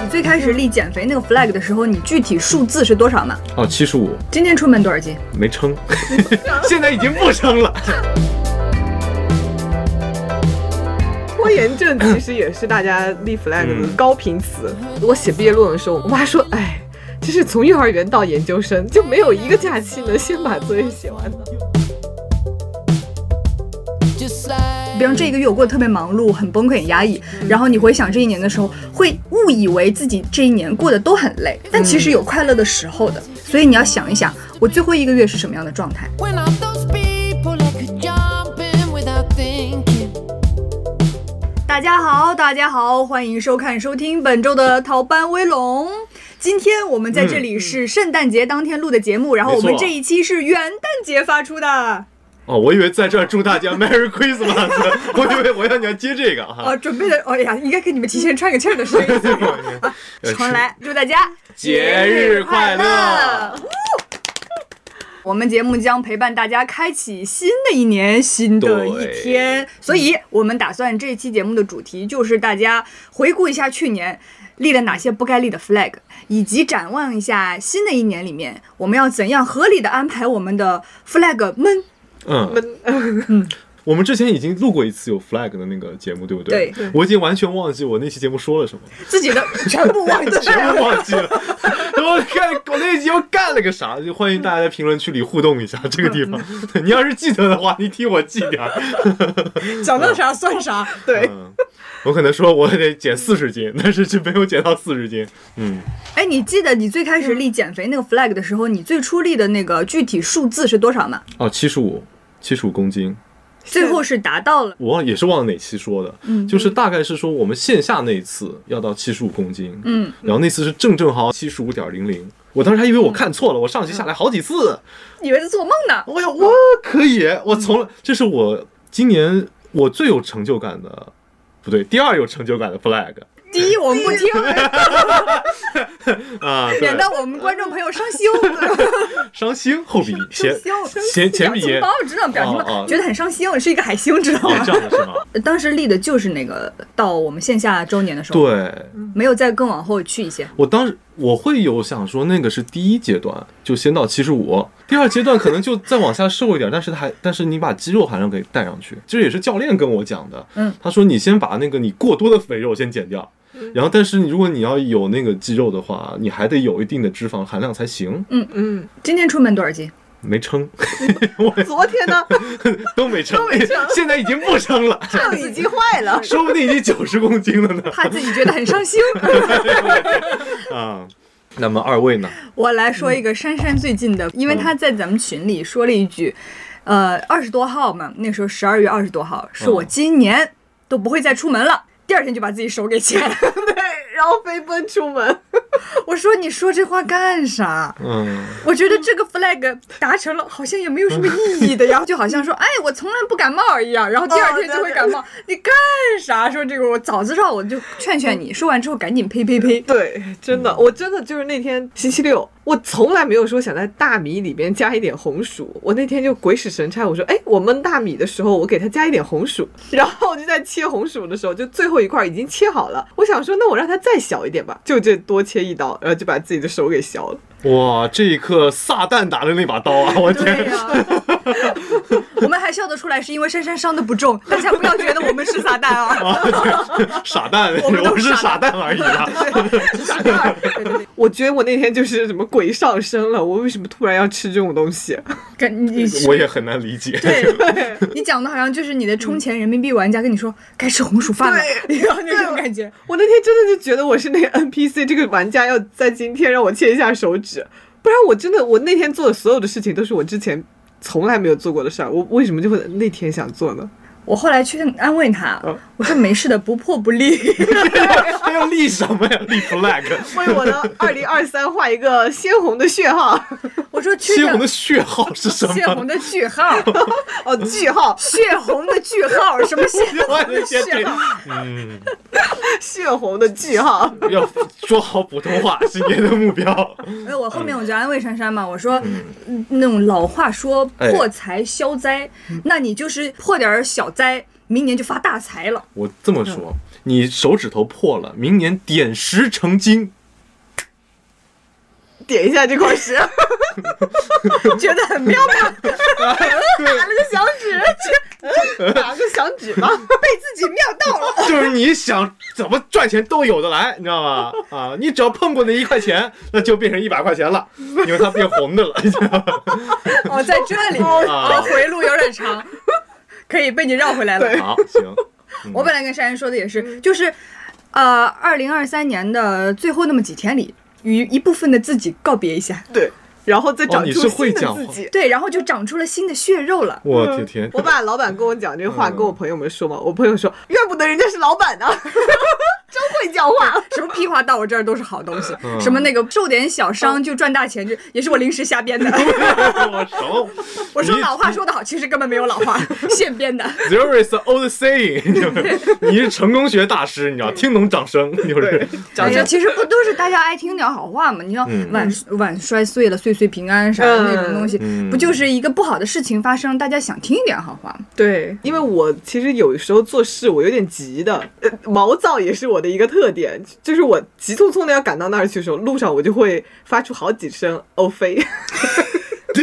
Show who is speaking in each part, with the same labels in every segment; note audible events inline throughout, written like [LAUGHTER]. Speaker 1: 你最开始立减肥那个 flag 的时候，你具体数字是多少吗？
Speaker 2: 哦，七十五
Speaker 1: 今天出门多少斤？
Speaker 2: 没称， [LAUGHS] 现在已经不称了。
Speaker 3: 拖延症其实也是大家立 flag 的
Speaker 2: 嗯
Speaker 3: 高频词。我写毕业论文的时候，我妈说：“哎，其实从幼儿园到研究生，就没有一个假期能先把作业写完的。
Speaker 4: Just like
Speaker 1: 比方这一个月我过得特别忙碌，很崩溃，很压抑。然后你回想这一年的时候，会误以为自己这一年过得都很累，但其实有快乐的时候的。所以你要想一想，我最后一个月是什么样的状态？
Speaker 4: when I'm those people that could jump in without thinking.
Speaker 1: 大家好，大家好，欢迎收看收听本周的逃班威龙。今天我们在这里是圣诞节当天录的节目，然后我们
Speaker 2: 没错
Speaker 1: 这一期是元旦节发出的。
Speaker 2: 哦，我以为在这儿祝大家 Merry Christmas，我 [LAUGHS] 以为我要你要接这个
Speaker 1: 哦，
Speaker 2: 哈。
Speaker 1: 准备的，哎呀，应该给你们提前串个气儿的声音。啊重来，祝大家
Speaker 2: 呃节日快乐！
Speaker 1: 我们节目将陪伴大家开启新的一年、新的一天，所以我们打算这期节目的主题就是大家回顾一下去年立了哪些不该立的 flag，以及展望一下新的一年里面我们要怎样合理的安排我们的 flag 们。
Speaker 2: 嗯，我们之前已经录过一次有 flag 的那个节目，对不对？
Speaker 1: 对
Speaker 2: 我已经完全忘记我那期节目说了
Speaker 1: [LAUGHS]
Speaker 2: 什么，
Speaker 1: 自己的全部忘记
Speaker 2: 全部忘记了。 [LAUGHS] 然后看我那期又干了个啥，就欢迎大家在评论区里互动一下这个地方。
Speaker 1: 嗯
Speaker 2: 你要是记得的话，你替我记点儿。
Speaker 1: 想到啥算啥。
Speaker 3: 对，
Speaker 2: 嗯，我可能说我得减四十斤，但是就没有减到四十斤。嗯，
Speaker 1: 哎，你记得你最开始立减肥那个 flag 的时候，你最初立的那个具体数字是多少吗？
Speaker 2: 哦，七十五，七十五公斤。
Speaker 1: 最后是达到了。
Speaker 2: 我忘也是忘了哪期说的，
Speaker 1: 嗯
Speaker 2: 就是大概是说我们线下那一次要到七十五公斤，
Speaker 1: 嗯，
Speaker 2: 然后那次是正正好七十五点零零，我当时还以为我看错了，我上去下
Speaker 1: 嗯
Speaker 2: 来好几次，
Speaker 1: 以为是做梦呢。
Speaker 2: 我想我可以，我
Speaker 1: 嗯
Speaker 2: 从来这是我今年我最有成就感的，不对，第二有成就感的 flag
Speaker 1: 第一，我们不
Speaker 2: [LAUGHS]
Speaker 1: 听， [LAUGHS]
Speaker 2: 啊，对
Speaker 1: 免，得我们观众朋友伤
Speaker 2: [LAUGHS]
Speaker 1: 心。
Speaker 2: 伤心后鼻
Speaker 1: 伤
Speaker 2: 前
Speaker 1: 心，
Speaker 2: 前哎
Speaker 1: [LAUGHS]
Speaker 2: 前鼻炎，
Speaker 1: 包知道表情
Speaker 2: 哦
Speaker 1: 包，
Speaker 2: 哦
Speaker 1: 觉得很伤心，是一个海星，知道
Speaker 2: 哦，
Speaker 1: 吗
Speaker 2: 这？样的是吗？
Speaker 1: [LAUGHS] 当时立的就是那个到我们线下周年的时候，
Speaker 2: 对，
Speaker 1: 没有再更往后去一些。
Speaker 2: 我当时我会有想说，那个是第一阶段，就先到七十五，第二阶段可能就再往下瘦一点，但是它还但是你把肌肉含量给带上去，这也是教练跟我讲的。
Speaker 1: 嗯，
Speaker 2: 他说你先把那个你过多的肥肉先减掉，然后但是你如果你要有那个肌肉的话，你还得有一定的脂肪含量才行。
Speaker 3: 嗯，
Speaker 1: 今天出门多少斤？
Speaker 2: 没称，我
Speaker 3: [LAUGHS] 昨天呢，
Speaker 2: [LAUGHS] 都没称，现在已经不称 [LAUGHS] 了，
Speaker 3: 秤已经坏 [LAUGHS] 了。
Speaker 2: 说不定已经九十公斤 [LAUGHS] 了呢。
Speaker 1: 怕自己觉得很伤
Speaker 2: [LAUGHS]
Speaker 1: 心。
Speaker 2: 啊，那么二位呢？
Speaker 1: 我来说一个珊珊最近的，因为她在咱们群里说了一句，呃，二十多号嘛，那时候十二月二十多号，是我今年都不会再出门了。第二天就把自己手给切了。
Speaker 3: 对，然后哎飞奔出门。
Speaker 1: 我说你说这话干啥？
Speaker 2: 嗯，
Speaker 1: 我觉得这个 flag 达成了，好像也没有什么意义的呀，就好像说，哎，我从来不感冒一样，然后第二天就会感冒，你干啥？说这个，我早知道我就劝劝你，说完之后赶紧呸呸呸。
Speaker 3: 对，真的，我真的就是那天星期六，我从来没有说想在大米里边加一点红薯。我那天就鬼使神差，我说，哎，我焖大米的时候，我给它加一点红薯。然后我就在切红薯的时候，就最后一块已经切好了，我想说，那我让它再小一点吧，就这多切一刀，然后就把自己的手给削了。
Speaker 2: 哇，这一刻撒旦拿着那把刀啊，我天！
Speaker 1: 呀、 [LAUGHS] 我们还笑得出来，是因为珊珊伤的不重，大家不要觉得我们是撒旦啊。
Speaker 2: 傻蛋，
Speaker 1: 我们都
Speaker 2: 是
Speaker 1: 傻
Speaker 2: 傻蛋而已啊啦。
Speaker 1: 傻蛋对对对
Speaker 3: 我觉得我那天就是什么鬼上身了，我为什么突然要吃这种东西？
Speaker 1: 赶你
Speaker 2: [LAUGHS] 我也很难理解。
Speaker 1: 对你讲的好像就是你的充钱人民币玩家跟你说该吃红薯饭了， [LAUGHS] 然后那种感觉。
Speaker 3: 我那天真的就觉得我是那个 NPC 这个玩家，要在今天让我切一下手指，不然我真的我那天做的所有的事情都是我之前从来没有做过的事儿，我为什么就会那天想做呢？
Speaker 1: 我后来去安慰他
Speaker 2: 嗯，
Speaker 1: 我说没事的，不破不立。
Speaker 2: [LAUGHS] 他要立什么呀？立 flag，
Speaker 3: 为我的二零二三画一个鲜红的血号，
Speaker 1: 我说去
Speaker 2: 鲜
Speaker 1: 掉
Speaker 2: 红的血号是什
Speaker 1: 血红
Speaker 2: 么？
Speaker 1: 的句号， [LAUGHS]
Speaker 3: 哦，句号，
Speaker 1: 血红的句号，什么血
Speaker 2: 我
Speaker 1: 红
Speaker 2: 的
Speaker 1: 的
Speaker 2: 天
Speaker 1: 句号？
Speaker 2: 嗯，
Speaker 3: 血红的句号。
Speaker 2: 要说好普通话是你的目标。
Speaker 1: 没哎有，我后面我就安慰珊珊嘛，我说、嗯那种老话说
Speaker 2: 哎
Speaker 1: 破财消灾，那你就是破点儿小灾，明年就发大财了。
Speaker 2: [LAUGHS] 我这么说，你手指头破了，明年点石成金。
Speaker 3: 点一下这块石，
Speaker 1: 觉得很 [LAUGHS] 妙妙，打了个响指，
Speaker 3: 打个响指吧。
Speaker 1: 被自己妙到了。
Speaker 2: 就是你想怎么赚钱都有的来，你知道吗？啊，你只要碰过那一块钱，那就变成一百块钱了，因为它变红的了，你知道吗？
Speaker 1: 哦，在这里，
Speaker 2: 啊
Speaker 1: 我回路有点长，可以被你绕回来了。
Speaker 2: [LAUGHS] 好，行，
Speaker 1: 我本来跟珊珊说的也是，就是，呃，二零二三年的最后那么几天里，与一部分的自己告别一下。
Speaker 3: 对，然后再
Speaker 2: 哦
Speaker 3: 长
Speaker 2: 你
Speaker 3: 出
Speaker 2: 是会
Speaker 3: 新的
Speaker 2: 讲
Speaker 3: 自
Speaker 2: 话
Speaker 3: 己。
Speaker 1: 对，然后就长出了新的血肉了。
Speaker 2: 我的天，
Speaker 3: 我把老板跟我讲这话
Speaker 2: 嗯
Speaker 3: 跟我朋友们说嘛，我朋友说怨不得人家是老板呢、
Speaker 2: [LAUGHS]
Speaker 3: 啊真会讲话。
Speaker 1: 什么屁话到我这儿都是好东西，
Speaker 2: 嗯
Speaker 1: 什么那个受点小伤就赚大钱，这也是我临时瞎编
Speaker 2: [LAUGHS]
Speaker 1: 的。
Speaker 2: [LAUGHS] 我熟，
Speaker 1: 我说
Speaker 2: 你
Speaker 1: 老话说得好，其实根本没有老话， [LAUGHS] 现编的。
Speaker 2: There is an old saying，你 [LAUGHS] 是成功学大师，你知道，听懂掌声就是
Speaker 3: 对。
Speaker 1: 哎
Speaker 3: 掌
Speaker 1: 呀，
Speaker 3: 声
Speaker 1: 其实不都是大家爱听点好话嘛？你像
Speaker 2: 嗯
Speaker 1: 碗碗摔碎了，岁岁平安啥的那种东西
Speaker 2: 嗯，
Speaker 1: 不就是一个不好的事情发生，大家想听一点好话吗？
Speaker 3: 对，因为我其实有时候做事我有点急的，呃，毛躁也是我的一个特点，就是我急匆匆的要赶到那儿去的时候，路上我就会发出好几声欧飞， [LAUGHS]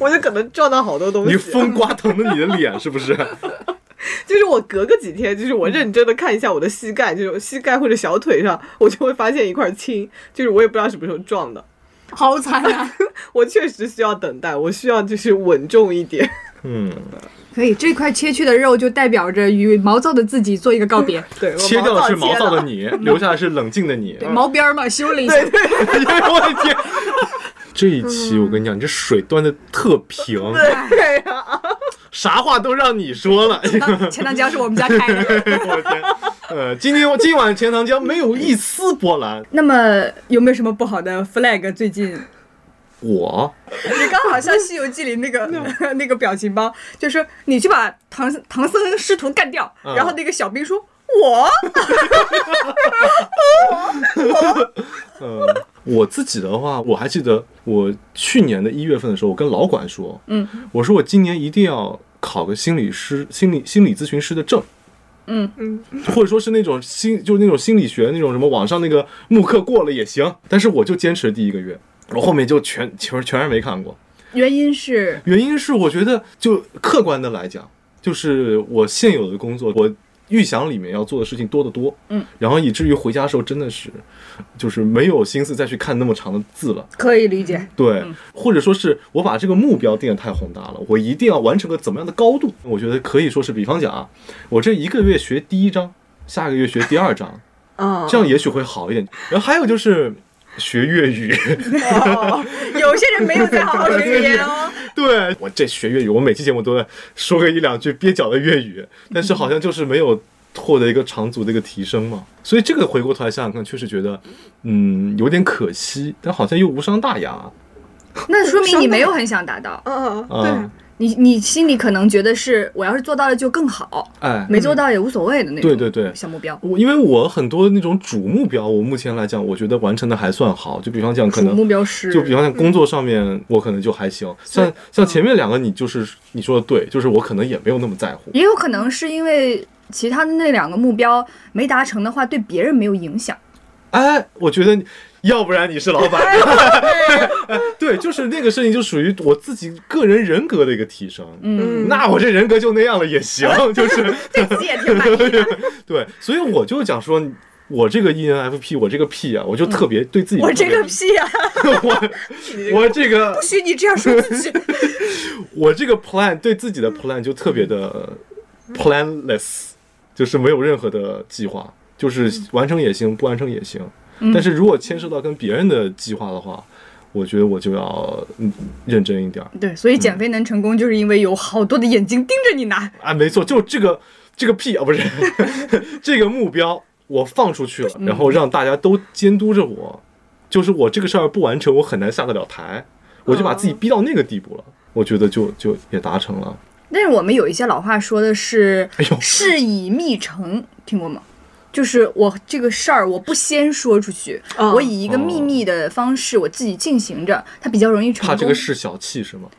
Speaker 3: 我就可能撞到好多东
Speaker 2: [LAUGHS]
Speaker 3: 西。
Speaker 2: 你风刮疼的你的脸是不是？
Speaker 3: 就是我隔个几天，就是我认真的看一下我的膝盖，就是膝盖或者小腿上，我就会发现一块青，就是我也不知道什么时候撞的。
Speaker 1: 好惨啊！
Speaker 3: 我确实需要等待，我需要就是稳重一点。
Speaker 2: 嗯，
Speaker 1: [LAUGHS] 可以，这块切去的肉就代表着与毛躁的自己做一个告别。
Speaker 3: 对，我
Speaker 2: 切掉的是毛
Speaker 3: 切
Speaker 2: 躁的
Speaker 3: 了，
Speaker 2: 你，留下的是冷静的你。
Speaker 1: 对，毛边儿嘛，修了一下。
Speaker 2: 哎呀 [LAUGHS] 我的天！这一期我跟你讲，你这水端的特平，
Speaker 3: 对呀、
Speaker 2: 啥话都让你说了。
Speaker 1: 钱塘江是我们啊家开 [LAUGHS] 的。
Speaker 2: 我的天，呃，今天今晚钱塘江没有一丝波澜。
Speaker 1: 那么有没有什么不好的 flag？最近
Speaker 2: 我
Speaker 1: 你刚好像《西游记》里那个 [LAUGHS] 那个表情包，就说你去把唐僧唐僧师徒干掉，
Speaker 2: 嗯
Speaker 1: 然后那个小兵说我
Speaker 2: 呃，我自己的话，我还记得我去年的一月份的时候，我跟老管说，
Speaker 1: 嗯，
Speaker 2: 我说我今年一定要考个心理师、心理心理咨询师的证，
Speaker 1: 嗯
Speaker 3: 嗯，
Speaker 2: 或者说是那种心就是那种心理学那种什么网上那个慕课过了也行，但是我就坚持了第一个月，我后面就全全全然没看过，
Speaker 1: 原因是
Speaker 2: 原因是我觉得就客观的来讲，就是我现有的工作，我预想里面要做的事情多得多，
Speaker 1: 嗯，
Speaker 2: 然后以至于回家的时候真的是，就是没有心思再去看那么长的字了，
Speaker 1: 可以理解，
Speaker 2: 对，或者说是我把这个目标定得太宏大了，我一定要完成个怎么样的高度？我觉得可以说是，比方讲啊，我这一个月学第一章，下个月学第二章，
Speaker 3: 嗯，
Speaker 2: 这样也许会好一点。然后还有就是学粤语。
Speaker 1: [LAUGHS] 有些人没有在好好学语言哦。
Speaker 2: 对我这学粤语，我每期节目都在说个一两句蹩脚的粤语，但是好像就是没有获得一个长足的一个提升嘛。所以这个回过头来想想看，确实觉得，嗯，有点可惜，但好像又无伤大雅。
Speaker 1: [LAUGHS] 那说明你没有很想达到，
Speaker 3: 嗯，
Speaker 2: 啊、
Speaker 3: 对，
Speaker 1: 你你心里可能觉得是我要是做到了就更好，
Speaker 2: 哎，
Speaker 1: 没做到也无所谓的那种。
Speaker 2: 对对对
Speaker 1: 小目标，
Speaker 2: 我因为我很多那种主目标，我目前来讲，我觉得完成的还算好。就比方讲，可
Speaker 1: 主目
Speaker 2: 能
Speaker 1: 标是嗯
Speaker 2: 就比方讲工作上面，我可能就还行。像像前面两个，你就是你说的对，就是我可能也没有那么在乎。
Speaker 1: 也有可能是因为其他的那两个目标没达成的话，对别人没有影响。
Speaker 2: 哎，我觉得你要不然你是老板，哎 [LAUGHS] 对，就是那个事情就属于我自己个人人格的一个提升。
Speaker 1: 嗯，
Speaker 3: 嗯
Speaker 2: 那我这人格就那样了也
Speaker 1: [LAUGHS]
Speaker 2: 行，就是
Speaker 1: 对自己也挺 [LAUGHS] 满意的。
Speaker 2: 对，所以我就讲说，我这个 ENFP，我这个 P 啊，我就特别对自己，
Speaker 1: 我这个屁啊 [LAUGHS] 呀、
Speaker 2: [LAUGHS] 我我这个
Speaker 1: 不许你这样说自己。
Speaker 2: 我这个 plan 对自己的 plan 就特别的呃 planless，就是没有任何的计划，就是完成也行，不完成也行。但是如果牵涉到跟别人的计划的话，我觉得我就要嗯认真一点儿
Speaker 1: [LAUGHS] 对，所以减肥能成功，就是因为有好多的眼睛盯着你呢。
Speaker 2: 啊。没错，就这个这个屁啊，不是 [LAUGHS] 这个目标，我放出去了，然后让大家都监督着我，就是我这个事儿不完成，我很难下得了台，我就把自己逼到那个地步了。我觉得就就也达成了，
Speaker 1: 但是我们有一些老话说的是
Speaker 2: 哎呦
Speaker 1: “事以密成”，听过吗？就是我这个事儿，我不先说出去，
Speaker 3: 嗯
Speaker 1: 我以一个秘密的方式，我自己进行着，它比较容易成
Speaker 2: 怕
Speaker 1: 功。
Speaker 2: 这个事小气是吗？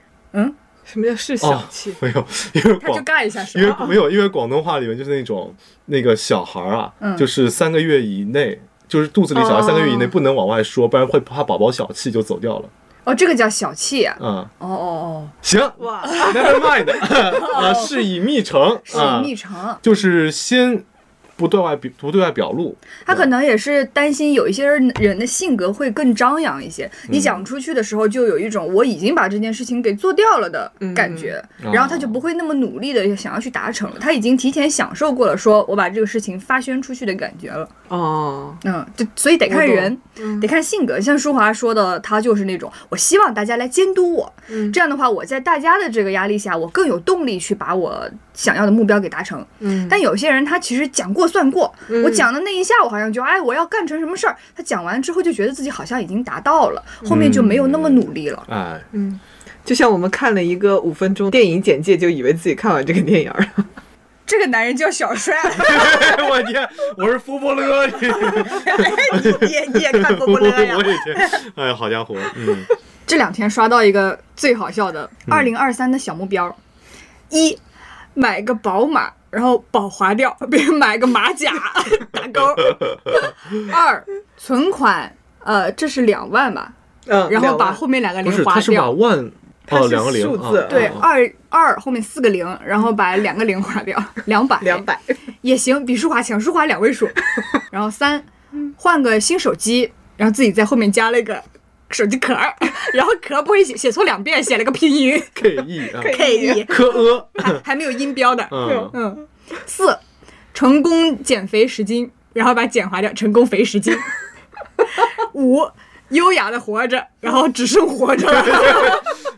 Speaker 3: 什么叫是
Speaker 2: 哦
Speaker 3: 小气？
Speaker 2: 没有， [LAUGHS] 因为
Speaker 1: 他就
Speaker 2: 广
Speaker 1: 尬一下是
Speaker 2: 因为
Speaker 1: 吧？
Speaker 2: 没有，因为广东话里面就是那种那个小孩儿啊，
Speaker 1: 嗯
Speaker 2: 就是三个月以内，就是肚子里小孩
Speaker 3: 哦
Speaker 2: 三个月以内不能往外说，不然会怕宝宝小气就走掉了。
Speaker 1: 哦，这个叫小气啊！
Speaker 2: 啊、
Speaker 1: 哦哦
Speaker 2: 行
Speaker 3: 哇，
Speaker 1: [LAUGHS]
Speaker 2: ，Never mind，啊，事以密成
Speaker 1: 哦，，事
Speaker 2: 啊
Speaker 1: 以，密成。
Speaker 2: 就是先不对外表不对外表露，
Speaker 1: 他
Speaker 2: 嗯
Speaker 1: 可能也是担心有一些人人的性格会更张扬一些，
Speaker 2: 嗯
Speaker 1: 你讲出去的时候就有一种我已经把这件事情给做掉了的感觉，
Speaker 2: 嗯
Speaker 1: 然后他就不会那么努力的想要去达成了，他已经提前享受过了，说我把这个事情发宣出去的感觉了。
Speaker 3: 哦，
Speaker 1: 嗯，就所以得看人，
Speaker 3: 嗯
Speaker 1: 得看性格。像舒华说的，他就是那种我希望大家来监督我，
Speaker 3: 嗯
Speaker 1: 这样的话，我在大家的这个压力下，我更有动力去把我想要的目标给达成。
Speaker 3: 嗯，
Speaker 1: 但有些人他其实讲过算过，
Speaker 3: 嗯
Speaker 1: 我讲的那一下，我好像就哎我要干成什么事儿，他讲完之后就觉得自己好像已经达到了，后面就没有那么努力了。 [LAUGHS]
Speaker 2: 哎， [LAUGHS]
Speaker 3: 嗯，就像我们看了一个五分钟电影简介，就以为自己看完这个电影
Speaker 1: [LAUGHS]
Speaker 3: 了。
Speaker 1: 这个男人叫小帅， [LAUGHS]
Speaker 2: 我天，我是福伯勒，你
Speaker 1: 哎你也你也看过
Speaker 2: [LAUGHS]
Speaker 1: 不
Speaker 2: 我
Speaker 1: 了
Speaker 2: 也
Speaker 1: 呀？
Speaker 2: 天，哎，好家伙，嗯，
Speaker 1: 这两天刷到一个最好笑的二零二三的小目标，一买个宝马，然后宝划掉，别买个马甲 [LAUGHS] 打
Speaker 2: [LAUGHS]
Speaker 1: 勾。二存款，呃，这是两万吧，
Speaker 3: 嗯
Speaker 1: 然后把后面两个
Speaker 2: 不
Speaker 1: 零
Speaker 2: 是，
Speaker 1: 划
Speaker 2: 他是把
Speaker 1: 掉。
Speaker 2: 万
Speaker 3: 它
Speaker 2: 哦
Speaker 3: 是
Speaker 2: 两个零
Speaker 3: 数
Speaker 2: 啊
Speaker 3: 字
Speaker 2: 啊
Speaker 1: 对，
Speaker 2: 啊
Speaker 1: 二二后面四个零，然后把两个零划掉，两百
Speaker 3: 两百，
Speaker 1: 也行，比舒华强，舒华两位 [LAUGHS] 数。然后三，换个新手机，然后自己在后面加了一个手机壳 [LAUGHS] 儿，然后壳不会写写错两遍，写了个拼 [LAUGHS] 音
Speaker 2: K E 啊
Speaker 1: K E，[LAUGHS]
Speaker 2: 科呃，
Speaker 1: 还还没有音标的。
Speaker 2: 嗯，
Speaker 1: 嗯，四，成功减肥十斤，然后把减划掉，成功肥十斤。 [LAUGHS] 五，优雅的活着，然后只剩活着 [LAUGHS] 了。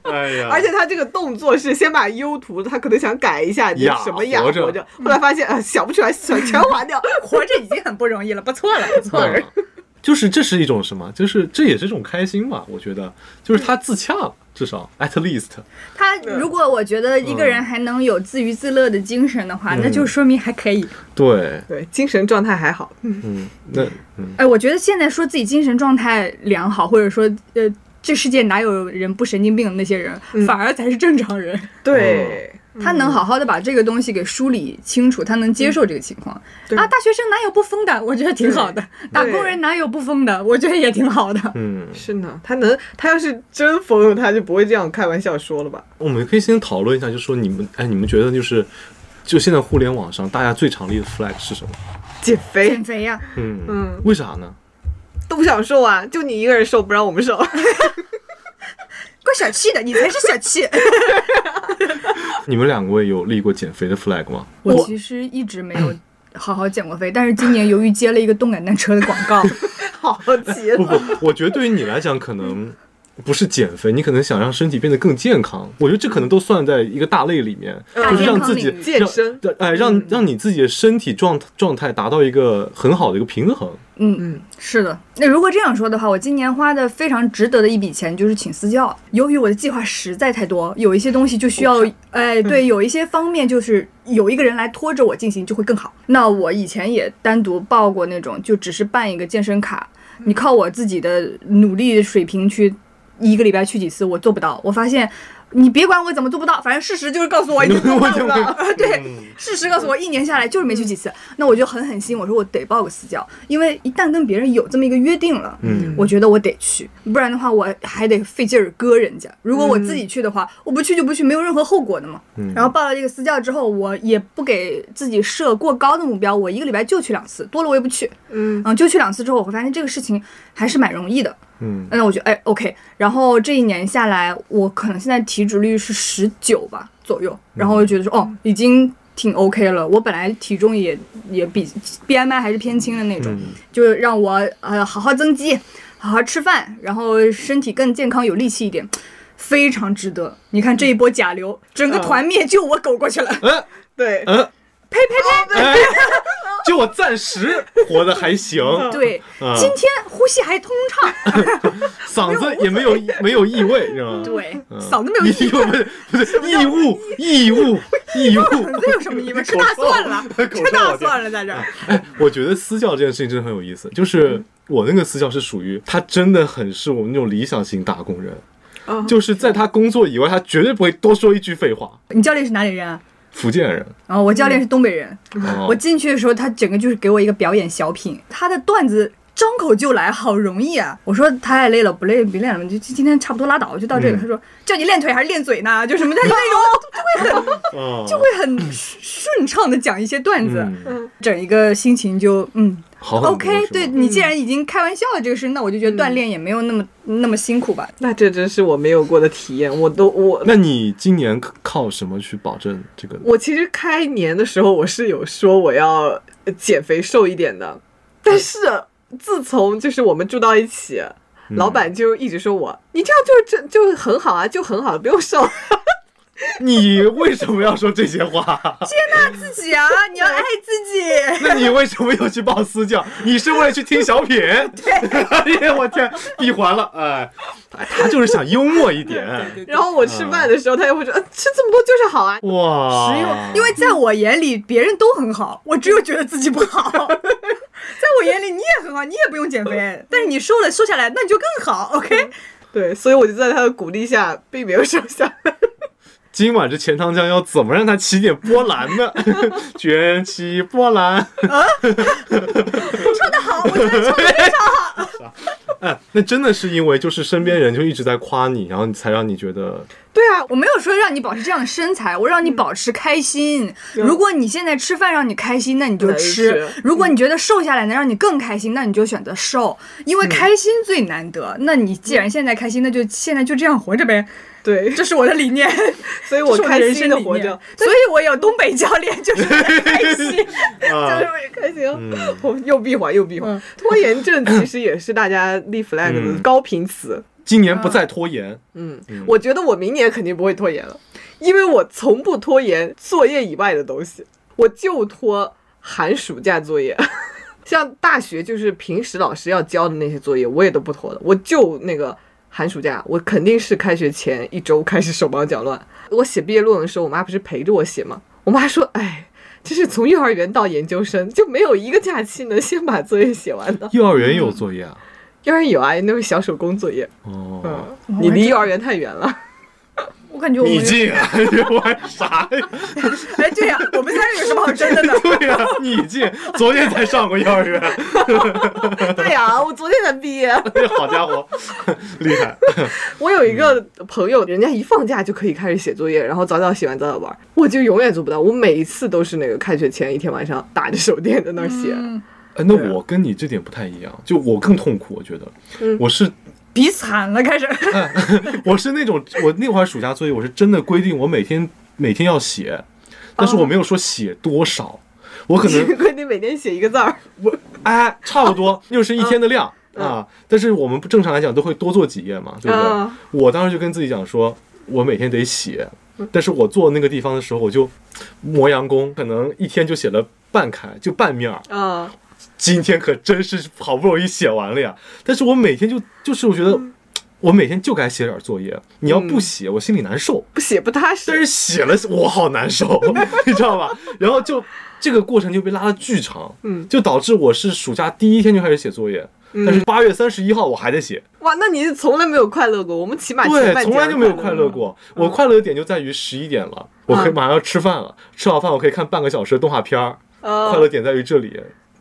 Speaker 2: 哎呀，
Speaker 3: [LAUGHS]
Speaker 2: [LAUGHS]
Speaker 3: 而且他这个动作是先把 U 图，他可能想改一下你
Speaker 2: 呀
Speaker 3: 什么雅
Speaker 2: 活
Speaker 3: 活
Speaker 2: 着
Speaker 3: 着，后来发现啊想不出来， [LAUGHS] 全全划
Speaker 1: [LAUGHS]
Speaker 3: 掉。
Speaker 1: 活着已经很不容易了，不错了，不错了。
Speaker 2: 嗯 [LAUGHS] 就是这是一种什么？就是这也是一种开心吧，我觉得，就是他自洽了，至少 at least，
Speaker 1: 他如果我觉得一个人还能有自娱自乐的精神的话，
Speaker 2: 嗯
Speaker 1: 那就说明还可以。
Speaker 2: 对，
Speaker 3: 对，精神状态还好。
Speaker 2: 嗯，那嗯，
Speaker 1: 哎，我觉得现在说自己精神状态良好，或者说呃，这世界哪有人不神经病的那些人，反而才是正常人。
Speaker 3: [LAUGHS] 对，
Speaker 1: 他能好好的把这个东西给梳理清楚，他能接受这个情况、
Speaker 3: 对
Speaker 1: 啊。大学生哪有不疯的？我觉得挺好的。打工人哪有不疯的？我觉得也挺好的。
Speaker 2: 嗯，
Speaker 3: 是呢，他能，他要是真疯了，他就不会这样开玩笑说了吧？
Speaker 2: 我们可以先讨论一下，就说你们，哎，你们觉得就是，就现在互联网上大家最常立的 flag 是什么？
Speaker 3: 减肥
Speaker 1: 减肥呀、
Speaker 2: 嗯
Speaker 3: 嗯，
Speaker 2: 为啥呢？
Speaker 3: 都不想瘦啊，就你一个人瘦，不让我们瘦。
Speaker 1: 够小气的，你才是小气。
Speaker 2: 你们两位有立过减肥的 flag 吗？
Speaker 3: [LAUGHS]
Speaker 1: 我其实一直没有好好减过肥，但是今年由于接了一个动感单车的广告，
Speaker 3: 好
Speaker 1: [LAUGHS]
Speaker 3: 极
Speaker 2: 不
Speaker 3: 了，
Speaker 2: 不，我觉得对于你来讲，可能不是减肥，你可能想让身体变得更健康。我觉得这可能都算在一个大类里面，
Speaker 3: 大
Speaker 2: 就是让
Speaker 1: 嗯健康嗯
Speaker 2: 自
Speaker 1: 领
Speaker 2: 己
Speaker 1: 域
Speaker 3: 健
Speaker 2: 让
Speaker 3: 身
Speaker 2: 对哎，让让你自己的身体状状态达到一个很好的一个平衡。
Speaker 1: 嗯，是的。那如果这样说的话，我今年花的非常值得的一笔钱就是请私教。由于我的计划实在太多，有一些东西就需要
Speaker 3: 补上，
Speaker 1: 哎，对，有一些方面就是有一个人来拖着我进行就会更好。那我以前也单独报过那种，就只是办一个健身卡，你靠我自己的努力水平去一个礼拜去几次，我做不到。我发现。你别管我怎么做不到，反正事实就是告诉 [LAUGHS] 我已经做
Speaker 2: 我
Speaker 1: 到
Speaker 2: 就
Speaker 1: 了。对，
Speaker 2: 嗯
Speaker 1: 事实告诉我，一年下来就是没去几次，那我就很狠心，我说我得报个私教，因为一旦跟别人有这么一个约定了，
Speaker 2: 嗯
Speaker 1: 我觉得我得去，不然的话我还得费劲儿割人家。如果我自己去的话，我不去就不去，没有任何后果的嘛。
Speaker 2: 嗯
Speaker 1: 然后报了这个私教之后，我也不给自己设过高的目标，我一个礼拜就去两次，多了我也不去。
Speaker 3: 嗯，
Speaker 1: 嗯，就去两次之后，我会发现这个事情还是蛮容易的。
Speaker 2: 嗯，
Speaker 1: 那我觉得哎 OK，然后这一年下来，我可能现在体脂率是十九吧左右，然后我就觉得说
Speaker 2: 嗯
Speaker 1: 哦，已经挺 OK 了。我本来体重也也比 BMI 还是偏轻的那种，
Speaker 2: 嗯
Speaker 1: 就让我呃好好增肌，好好吃饭，然后身体更健康有力气一点，非常值得。你看这一波甲流，整个团灭就我狗过去了，
Speaker 2: 嗯
Speaker 3: 对，
Speaker 2: 嗯，
Speaker 1: 呸呸呸！
Speaker 2: 哎，就我暂时活得还行，
Speaker 1: [LAUGHS] 对，
Speaker 2: 嗯
Speaker 1: 今天呼吸还通畅，
Speaker 2: 嗓子也没有没有异味，是吗？
Speaker 1: 对，
Speaker 2: 嗯，
Speaker 1: 嗓子没有异
Speaker 2: [LAUGHS] 异味，不是不是异物，异物，异物，
Speaker 1: [LAUGHS] 这有什么异味？吃大蒜
Speaker 2: [LAUGHS]
Speaker 1: 了，吃大蒜了，在这儿。
Speaker 2: 哎，我觉得私教这件事情真的很有意思，
Speaker 1: 嗯
Speaker 2: 就是我那个私教是属于他真的很是我们那种理想型打工人，
Speaker 1: 哦
Speaker 3: 嗯
Speaker 2: 就是在他工作以外，他绝对不会多说一句废话。
Speaker 1: 你教练是哪里人啊？
Speaker 2: 福建人，
Speaker 1: 然后我教练是东北人，
Speaker 2: 哦
Speaker 1: 我进去的时候，他整个就是给我一个表演小品，他的段子张口就来，好容易啊！我说太累了，不累别练了，就今今天差不多拉倒，就到这个。
Speaker 2: 嗯
Speaker 1: 他说叫你练腿还是练嘴呢？就什么他就那种就会很
Speaker 2: 哦
Speaker 1: 就会很顺畅的讲一些段子，
Speaker 2: 嗯
Speaker 1: 整一个心情就嗯
Speaker 2: 好很多
Speaker 1: OK
Speaker 2: 是。嗯吧
Speaker 1: 对你既然已经开玩笑了这个事，那我就觉得锻炼也没有那么那么辛苦吧。
Speaker 3: 那这真是我没有过的体验，我都我
Speaker 2: 那你今年靠什么去保证这个？
Speaker 3: 我其实开年的时候我是有说我要减肥瘦一点的，但是自从就是我们住到一起，
Speaker 2: 嗯
Speaker 3: 老板就一直说我你这样就是真就很好啊，就很好，不用瘦。
Speaker 2: 你为什么要说这
Speaker 1: [LAUGHS]
Speaker 2: 些话？
Speaker 1: 自己啊，你要爱自己。
Speaker 2: 那你为什么又去报私教？你是为了去听小品？ [LAUGHS] 哎呀，我天，闭环了，哎，他他就是想幽默一点，
Speaker 3: 然后我吃饭
Speaker 1: 嗯
Speaker 3: 的时候，他又会说、呃吃这么多就是好啊。
Speaker 2: 哇，
Speaker 1: 实用，因为在我眼里别人都很好，我只有觉得自己不
Speaker 3: [LAUGHS]
Speaker 1: 好。在我眼里你也很好，你也不用减肥，但是你瘦了瘦下来，那你就更好。OK，
Speaker 3: 嗯对，所以我就在他的鼓励下，并没有瘦下来。 [LAUGHS]
Speaker 2: 今晚这钱塘江要怎么让它起点波澜呢？ [LAUGHS] 卷起波澜。
Speaker 1: 说的好，我觉啊得瘦的
Speaker 2: [LAUGHS] 哎，那真的是因为就是身边人就一直在夸你，然后你才让你觉
Speaker 1: [LAUGHS]
Speaker 2: 得
Speaker 3: 对啊，
Speaker 1: 我没有说让你保持这样的身材，我让你保持开心。
Speaker 3: 嗯
Speaker 1: 如果你现在吃饭让你开心，那你就吃
Speaker 3: 那就；吃
Speaker 1: 如果你觉得瘦下来能让你更开心，那你就选择瘦，因
Speaker 3: 嗯
Speaker 1: 为开心最难得。那你既然现在开心，那就现在就这样活着呗，
Speaker 3: 对，
Speaker 1: 这是我的理念。
Speaker 3: 嗯所以
Speaker 1: 这
Speaker 3: 我
Speaker 1: 是的
Speaker 3: 开
Speaker 1: 人
Speaker 3: 心
Speaker 1: 生
Speaker 3: 的
Speaker 1: 理
Speaker 3: 活
Speaker 1: 念
Speaker 3: 着， [LAUGHS]
Speaker 1: 所以我有东北教练，就是为了开心。
Speaker 3: 就
Speaker 2: 啊
Speaker 3: 是，开心。哦
Speaker 2: 嗯
Speaker 3: [LAUGHS] 我又闭环又闭
Speaker 1: 嗯
Speaker 3: 环，拖延症其实也是大家立 flag 的
Speaker 2: 嗯
Speaker 3: 高频词。
Speaker 2: 今年不再拖延。
Speaker 3: 嗯
Speaker 2: 嗯，
Speaker 3: 我觉得我明年肯定不会拖延了，因为我从不拖延作业以外的东西，我就拖寒暑假作业。 [LAUGHS] 像大学就是平时老师要交的那些作业，我也都不拖的，我就那个寒暑假，我肯定是开学前一周开始手忙脚乱。我写毕业论文的时候，我妈不是陪着我写吗？我妈说：“哎，真是从幼儿园到研究生，就没有一个假期能先把作业写完的。
Speaker 2: 幼儿园有作业啊？
Speaker 3: 幼儿园有啊，那个小手工作业，
Speaker 2: 哦，
Speaker 3: 嗯，你离幼儿园太远了。”
Speaker 1: 我感觉我们
Speaker 2: 你进啊！我还啥呀？
Speaker 1: 哎，对呀、我们三个有什么好争的呢？
Speaker 2: 对呀、你进，昨天才上过幼儿园， [LAUGHS]
Speaker 3: [LAUGHS] 对哎呀、我昨天才毕业。
Speaker 2: 哎好家伙， [LAUGHS] 厉害！
Speaker 1: 啊
Speaker 3: 我有一个朋友，人家一放假就可以开始写作业，然后早早写完早早玩，我就永远做不到。我每一次都是那个开学前一天晚上打着手电在那儿写。 [LAUGHS]
Speaker 1: 嗯，
Speaker 2: 哎，那我跟你这点不太一样，就我更痛苦，我觉得，
Speaker 1: 嗯
Speaker 2: 我是
Speaker 1: 比惨了，开始。
Speaker 2: [LAUGHS] 我是那种，我那会儿暑假作业，我是真的规定我每天每天要写，但是我没有说写多少，我可
Speaker 3: [LAUGHS]
Speaker 2: 能
Speaker 3: 规定每天写一个字儿，
Speaker 2: 我哎差不多又是一天的量啊，但是我们不正常来讲都会多做几页嘛，对不对
Speaker 3: 嗯？
Speaker 2: 我当时就跟自己讲说，我每天得写，但是我坐那个地方的时候，我就磨洋工，可能一天就写了半开，就半面儿。
Speaker 3: 嗯，
Speaker 2: 今天可真是好不容易写完了呀！但是我每天就就是我觉得，
Speaker 3: 嗯
Speaker 2: 我每天就该写点作业。你要不写，我心里难受。
Speaker 3: 不写不踏
Speaker 2: 但是
Speaker 3: 实。
Speaker 2: 写了我好难
Speaker 3: [LAUGHS]
Speaker 2: 受，你知道吧？然后就这个过程就被拉得巨长，
Speaker 3: 嗯
Speaker 2: 就导致我是暑假第一天就开始写作业，但是八月三十一号我还在写，
Speaker 3: 哇，那你是从来没有快乐过？我们起码啊前
Speaker 2: 对
Speaker 3: 半，截
Speaker 2: 从来就没有快乐
Speaker 3: 乐。
Speaker 2: 过。我快乐的点就在于十一点了，我可以
Speaker 3: 嗯
Speaker 2: 马上要吃饭了，吃好饭我可以看半个小时的动画片儿，
Speaker 3: 嗯
Speaker 2: 快乐点在于这里。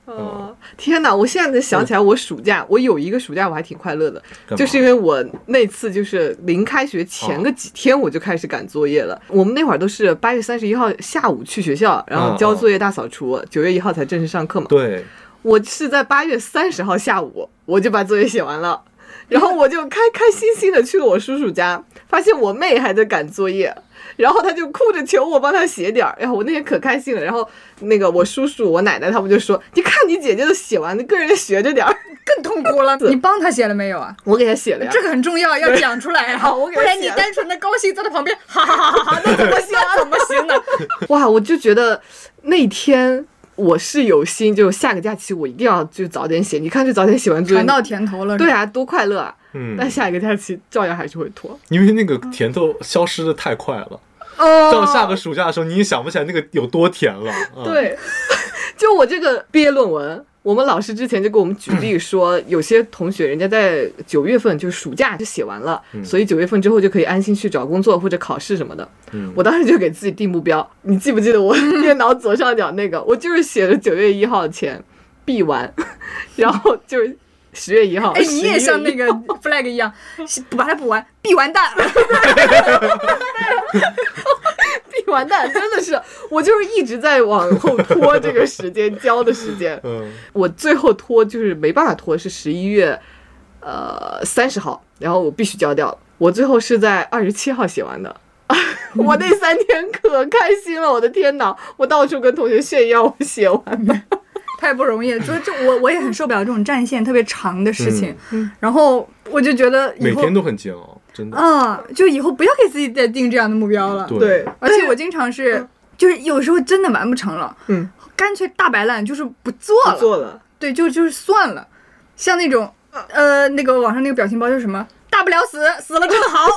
Speaker 3: 哦，天哪！我现在才想起来，我暑假、我有一个暑假我还挺快乐的，
Speaker 2: 干嘛
Speaker 3: 就是因为我那次就是临开学前个几天我就开始赶作业了。我们那会儿都是八月三十一号下午去学校，然后交作业、大扫除，九、月一号才正式上课嘛。
Speaker 2: 对，
Speaker 3: 我是在八月三十号下午我就把作业写完了。然后我就开开心心的去了我叔叔家，发现我妹还在赶作业，然后她就哭着求我帮她写点儿，然后我那天可开心了。然后那个我叔叔、我奶奶他们就说：“你看你姐姐都写完，你跟人家学着点儿。
Speaker 1: 更痛苦了。
Speaker 3: 是
Speaker 1: 你帮他写了没有啊？”
Speaker 3: [LAUGHS] 我给她写了呀，
Speaker 1: 这个很重要，要讲出来啊！
Speaker 3: 好我给
Speaker 1: 不
Speaker 3: 他
Speaker 1: 然你
Speaker 3: 写了
Speaker 1: 单纯的高兴坐在旁边，哈哈哈哈哈，那怎么行？那怎么行呢？
Speaker 3: [LAUGHS] 哇，我就觉得那天我是有心，就下个假期我一定要就早点写。你看，就早点写完作业
Speaker 1: 尝，到甜头了。
Speaker 3: 对，啊，多快乐啊！
Speaker 2: 嗯，
Speaker 3: 但下一个假期照样还是会拖。
Speaker 2: 因为那个甜头消失的太快了，
Speaker 3: 哦
Speaker 2: 到下个暑假的时候，你也想不起来那个有多甜了。嗯，
Speaker 3: 对， [LAUGHS] 就我这个毕业论文，我们老师之前就给我们举
Speaker 1: [CLEARS THROAT]
Speaker 3: 例说，有些同学人家在九月份就是暑假就写完了，
Speaker 1: 嗯
Speaker 3: 所以九月份之后就可以安心去找工作或者考试什么的。
Speaker 2: 嗯
Speaker 3: 我当时就给自己定目标，你记不
Speaker 1: [LAUGHS]
Speaker 3: 记得我电脑左上角那个？我就是写了九月一号前必完， [LAUGHS] 然后就是十月一号。
Speaker 1: 哎，你也
Speaker 3: 11
Speaker 1: 像那个 flag 一样，把它补完，必完蛋。
Speaker 3: 必完蛋，真的是我就是一直在往后拖这个时间 [LAUGHS] 交的时间。
Speaker 2: 嗯
Speaker 3: 我最后拖就是没办法拖，是十一月呃三十号，然后我必须交掉了。我最后是在二十七号写完的。 [LAUGHS] 我那三天可开心了，我的天呐，我到处跟同学炫耀我写完的。
Speaker 1: 太不容易了，说这我我也很受不了这种战线特别长的事情，
Speaker 3: 嗯嗯
Speaker 1: 然后我就觉得以
Speaker 2: 每
Speaker 1: 后
Speaker 2: 天都很煎熬，真的。
Speaker 1: 啊，就以后不要给自己再定这样的目标了。
Speaker 2: 对
Speaker 3: 对，
Speaker 1: 而且我经常是，就是有时候真的完不成了，
Speaker 3: 嗯，
Speaker 1: 干脆大摆烂，就是不做
Speaker 3: 不
Speaker 1: 了，
Speaker 3: 做了，
Speaker 1: 对，就就是算了。像那种呃，那个网上那个表情包叫什么？大不了死，死了更好。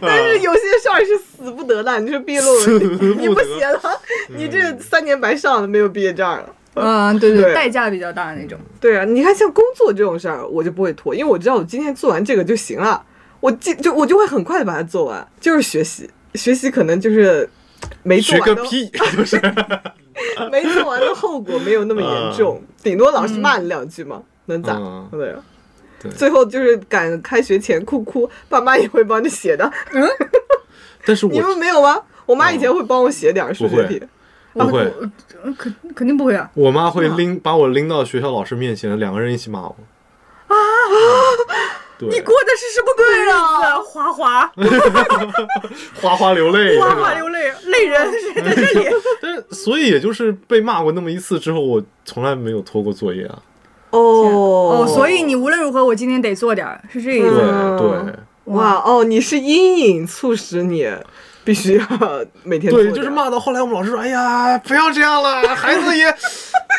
Speaker 3: 但是有些事儿是死不得的。你说毕业
Speaker 2: [LAUGHS]
Speaker 3: 论
Speaker 2: 死不
Speaker 3: 文，你不
Speaker 2: 得
Speaker 3: 写了，你这三年白上了，没有毕业证了。
Speaker 1: 嗯，对对，
Speaker 3: 对
Speaker 1: 代价比较大那种。
Speaker 3: 对啊，你看像工作这种事儿，我就不会拖，因为我知道我今天做完这个就行了，我今就我就会很快的把它做完。就是学习，学习可能就是没做
Speaker 2: 学
Speaker 3: 完
Speaker 2: 个
Speaker 3: 的，
Speaker 2: 屁， [LAUGHS] 就是
Speaker 3: 没做完的后果没有那么严重，顶多老师骂你两句嘛，能咋？
Speaker 2: 嗯
Speaker 3: 对啊。
Speaker 2: 对
Speaker 3: 最后就是赶开学前哭哭，爸妈也会帮你写的。
Speaker 2: 但是
Speaker 3: 你
Speaker 2: 我哦
Speaker 3: 们没有吗？我妈以前会帮我写点儿数学题，
Speaker 2: 不会，
Speaker 1: 嗯肯肯定不会啊。
Speaker 2: 我妈会拎把我拎到学校老师面前，两个人一起骂我。啊！对，
Speaker 1: 过的是什么鬼日子？啊花花，
Speaker 2: 哗哗流泪，
Speaker 1: 哗
Speaker 2: 是吧
Speaker 1: 哗流泪，泪人是在这里。
Speaker 2: 但是所以也就是被骂过那么一次之后，我从来没有拖过作业啊。
Speaker 3: 哦
Speaker 1: 哦，所以你无论如何，我今天得做点儿，是这个意
Speaker 2: 对
Speaker 1: 思。
Speaker 3: 嗯
Speaker 2: 对
Speaker 3: 哇哦，你是阴影促使你必须要每天做
Speaker 2: 对，
Speaker 3: 点
Speaker 2: 就是骂到后来，我们老师说：“哎呀，不要这样了，孩子 [LAUGHS] 也，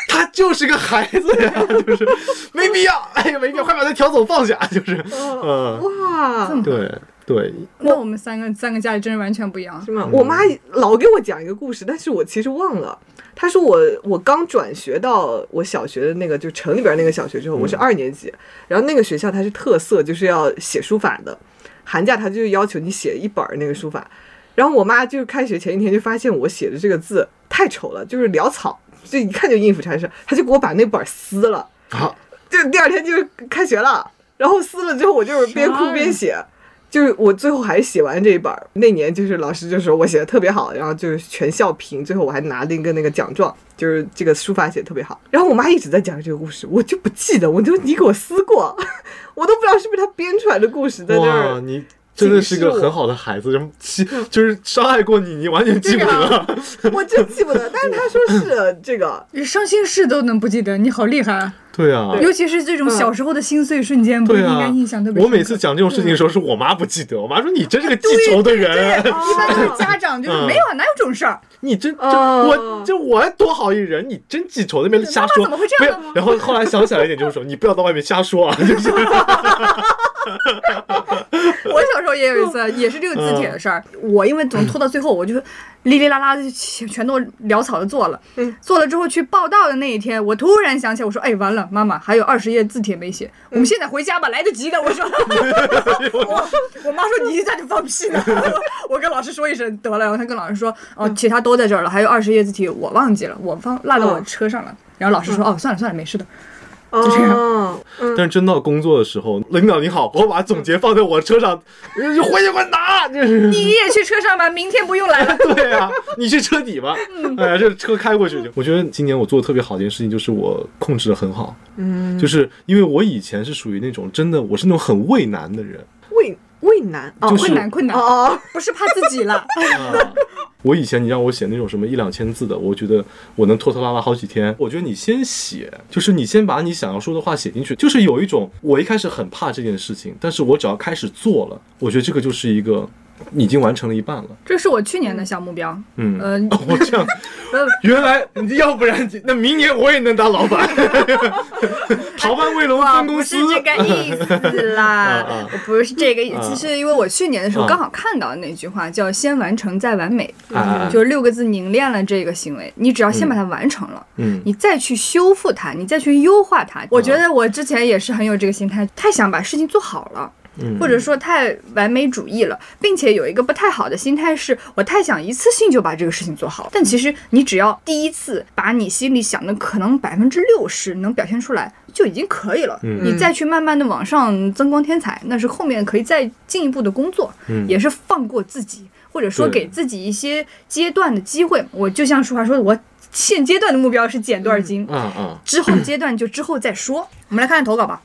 Speaker 2: 他就是个孩子呀， [LAUGHS] 就是没必要，哎呀，没必要，快把他调走放下，就是，嗯，
Speaker 3: 哇，
Speaker 2: 对 [LAUGHS] 对，
Speaker 1: 那我们三个三个家里真是完全不一样
Speaker 3: 是。吗？嗯我妈老给我讲一个故事，但是我其实忘了。她说我我刚转学到我小学的那个就城里边那个小学之后，我是二年级，然后那个学校它是特色，就是要写书法的，寒假他就要求你写一本儿那个书法。然后我妈就是开学前一天就发现我写的这个字太丑了，就是潦草，就一看就应付差事，她就给我把那本儿撕了。
Speaker 2: 啊，
Speaker 3: 就第二天就是开学了，然后撕了之后，我就是边哭边写，就是我最后还是写完这一本儿。那年就是老师就说我写的特别好，然后就是全校评，最后我还拿了一个那个奖状，就是这个书法写的特别好。然后我妈一直在讲这个故事，我就不记得，我就你给我撕过， [LAUGHS] 我都不知道是不是她编出来的故事，在这
Speaker 2: 哇，
Speaker 3: 儿。
Speaker 2: 你真的是个很好的孩子，记就是伤害过你，你完全记不得，
Speaker 3: 我真记不得，但是她说
Speaker 2: [LAUGHS]
Speaker 3: 是这个，
Speaker 1: 伤心事都能不记得，你好厉害！啊！
Speaker 2: 对啊，
Speaker 1: [LAUGHS] 尤其是这种小时候的心碎瞬间，不是
Speaker 2: 对
Speaker 1: 应该
Speaker 2: 啊
Speaker 1: 印象特，别
Speaker 2: 我
Speaker 1: 深刻。
Speaker 2: 每次讲这种事情的时候，是我妈不记得，我妈说你真是个记仇的 [LAUGHS] 人，
Speaker 1: 一般都是家长就是
Speaker 2: 嗯
Speaker 1: 没有啊，哪有这种事儿？
Speaker 2: 你真这
Speaker 3: 哦
Speaker 2: 我这我多好一人，你真记仇那边瞎说，
Speaker 1: 妈妈怎么会这
Speaker 2: 不
Speaker 1: 样呢
Speaker 2: 要。然后后来想起来一点就是说，你不要到外面瞎说啊， [LAUGHS] 就是嗯
Speaker 1: 我小时候也有一
Speaker 2: [LAUGHS]
Speaker 1: 次，啊也是这个字帖的事儿。我因为总拖到最后，我就哩哩啦啦就全全都潦草的做了。
Speaker 3: 嗯
Speaker 1: 做了之后去报道的那一天，我突然想起来，我说：“哎，完了，妈妈还有二十页字帖没写，
Speaker 2: 嗯
Speaker 1: 我们现在回家吧，来得及的。”我
Speaker 2: [LAUGHS]
Speaker 1: 说，我 [LAUGHS] 我妈说你在这放屁呢。 [LAUGHS] 我跟老师说一声得了，然后她跟老师说：“哦，其他都在哦这儿了，还有二十页字帖我忘记了，我放落在我车上了。”然后老师说：“哦，算了算了，没事的。”
Speaker 3: 就
Speaker 1: 这样
Speaker 3: 样。嗯
Speaker 2: 但是真到工作的时候，领导你好，我把总结放在我车上，你回去给我拿，就
Speaker 1: [LAUGHS]
Speaker 2: 是。
Speaker 1: 你也去车上吧，明天不用 [LAUGHS] 来了。
Speaker 2: 对啊，你去车底吧。
Speaker 1: 嗯
Speaker 2: 哎呀，这车开过去就。我觉得今年我做的特别好的一件事情就是我控制的很好，
Speaker 3: 嗯，
Speaker 2: 就是因为我以前是属于那种真的我是那种很畏难的人，
Speaker 3: 畏畏难哦
Speaker 2: 就是
Speaker 1: 困难困难，
Speaker 3: 哦
Speaker 1: 不是怕自己了，
Speaker 2: 啊， [LAUGHS] 我以前你让我写那种什么一两千字的，我觉得我能拖拖拉拉好几天。我觉得你先写，就是你先把你想要说的话写进去，就是有一种我一开始很怕这件事情，但是我只要开始做了，我觉得这个就是一个已经完成了一半了。
Speaker 1: [LAUGHS] 这是我去年的小目标。
Speaker 2: 嗯，
Speaker 1: 呃
Speaker 2: 我这样，原来要不然 [LAUGHS] 那明年我也能当老 [LAUGHS] 板，逃班卫龙
Speaker 1: 我
Speaker 2: 分
Speaker 1: 不
Speaker 2: 公
Speaker 1: 是
Speaker 2: 司。
Speaker 1: 这个意思啦
Speaker 2: 啊
Speaker 1: [LAUGHS]
Speaker 2: 啊，
Speaker 1: 我不是这个意
Speaker 2: 啊
Speaker 1: 思。其实因为我去年的时候
Speaker 2: 啊
Speaker 1: 刚好看到那句话，叫“先完成再完美”，
Speaker 2: 啊
Speaker 1: 就是六个字凝练了这个行为。你只要先把它完成了，
Speaker 2: 嗯
Speaker 1: 你再去修复它，你再去优化它。我觉得我之前也是很有这个心态，太想把事情做好了。
Speaker 2: 嗯
Speaker 1: 或者说太完美主义了，并且有一个不太好的心态是，我太想一次性就把这个事情做好。但其实你只要第一次把你心里想的可能百分之六十能表现出来，就已经可以了。
Speaker 2: 嗯
Speaker 1: 你再去慢慢的往上增光添彩，那是后面可以再进一步的工作，
Speaker 2: 嗯
Speaker 1: 也是放过自己，或者说
Speaker 2: 对
Speaker 1: 给自己一些阶段的机会。我就像淑华说的，我现阶段的目标是减多少斤。
Speaker 2: 啊啊！
Speaker 1: 之后阶段就之后再说，我们来看看投稿吧。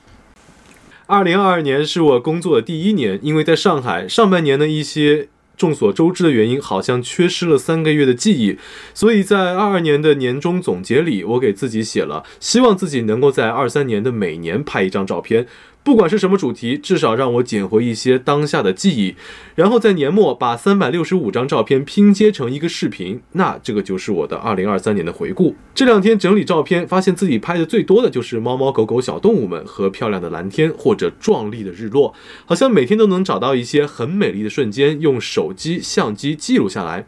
Speaker 2: 二零二二年是我工作的第一年，因为在上海上半年的一些众所周知的原因，好像缺失了三个月的记忆，所以在二二年的年终总结里，我给自己写了，希望自己能够在二三年的每年拍一张照片。不管是什么主题，至少让我捡回一些当下的记忆，然后在年末把三百六十五张照片拼接成一个视频，那这个就是我的二零二三年的回顾。这两天整理照片，发现自己拍的最多的就是猫猫狗狗小动物们和漂亮的蓝天或者壮丽的日落，好像每天都能找到一些很美丽的瞬间，用手机相机记录下来。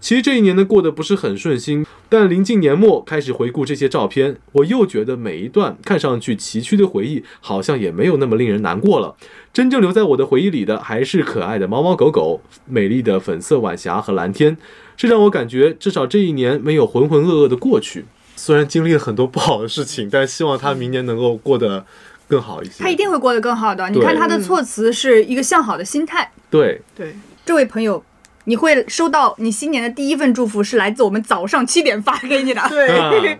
Speaker 2: 其实这一年呢过得不是很顺心，但临近年末开始回顾这些照片，我又觉得每一段看上去崎岖的回忆，好像也没有那么令人难过了。真正留在我的回忆里的还是可爱的猫猫狗狗、美丽的粉色晚霞和蓝天，这让我感觉至少这一年没有浑浑噩噩的过去。虽然经历了很多不好的事情，但希望他明年能够过得更好一些。
Speaker 1: 他一定会过得更好的。你
Speaker 2: 对
Speaker 1: 看他的措辞是一个向好的心态。
Speaker 2: 对，
Speaker 3: 对，
Speaker 1: 这位朋友，你会收到你新年的第一份祝福，是来自我们早上七点发给你的。
Speaker 2: 啊
Speaker 3: 对，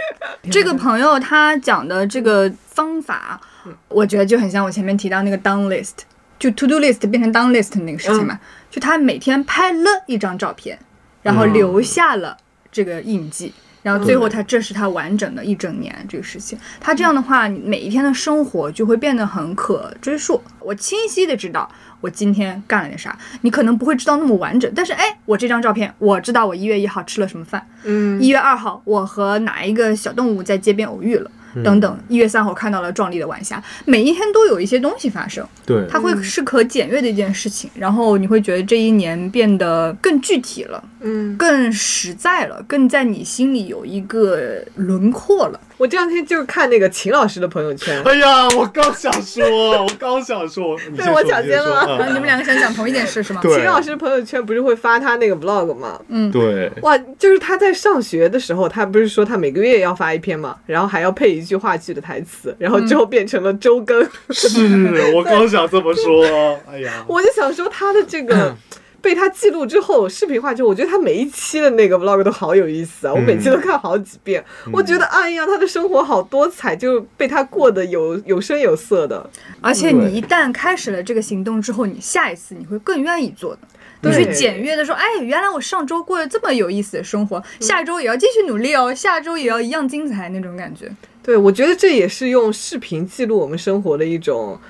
Speaker 1: 这个朋友他讲的这个方法，我觉得就很像我前面提到那个 down list，就 to do list 变成 down list 那个事情嘛。就他每天拍了一张照片，然后
Speaker 2: 嗯
Speaker 1: 留下了这个印记。然后最后，他这是他完整的一整年这个事情。他这样的话，每一天的生活就会变得很可追溯。我清晰的知道我今天干了点啥，你可能不会知道那么完整，但是哎，我这张照片，我知道我一月一号吃了什么饭，
Speaker 3: 嗯
Speaker 1: 一月二号，我和哪一个小动物在街边偶遇了，等等。一月三号看到了壮丽的晚霞，每一天都有一些东西发生，
Speaker 2: 对，
Speaker 1: 它会是可检阅的一件事情。然后你会觉得这一年变得更具体了，
Speaker 3: 嗯，
Speaker 1: 更实在了，更在你心里有一个轮廓了。
Speaker 3: 我这两天就是看那个秦老师的朋友圈，
Speaker 2: 哎呀，我刚想说，我刚想说，你
Speaker 3: 对
Speaker 2: 先
Speaker 3: 我
Speaker 2: 说
Speaker 3: 抢
Speaker 2: 你先
Speaker 3: 先
Speaker 2: 说
Speaker 3: 了
Speaker 1: 然后
Speaker 2: 啊
Speaker 1: 你们两个想讲同一件事是吗？
Speaker 2: 对
Speaker 3: 秦老师朋友圈不是会发他那个 vlog 吗？
Speaker 2: [LAUGHS] 对，
Speaker 3: 哇，就是他在上学的时候，他不是说他每个月要发一篇嘛，然后还要配一句话剧的台词，然后之
Speaker 2: 嗯
Speaker 3: 后变成了周更。 [LAUGHS]
Speaker 2: 是我刚想这么说。哎呀，
Speaker 3: 我就想说他的
Speaker 2: [CLEARS THROAT]
Speaker 3: 这个被他记录之后，视频化之后，我觉得他每一期的那个 vlog 都好有意思啊，我每
Speaker 2: 嗯
Speaker 3: 期都看好几遍，我觉得哎呀，他的生活好多彩，就被他过得有有声有色的。
Speaker 1: 而且你一旦开始了这个行动之后，你下一次你会更愿意做的。你
Speaker 3: 对
Speaker 1: 去检阅的时候，哎，原来我上周过了这么有意思的生活，下周也要继续努力哦，下周也要一样精彩那种感觉。
Speaker 3: 对，我觉得这也是用视频记录我们生活的一种。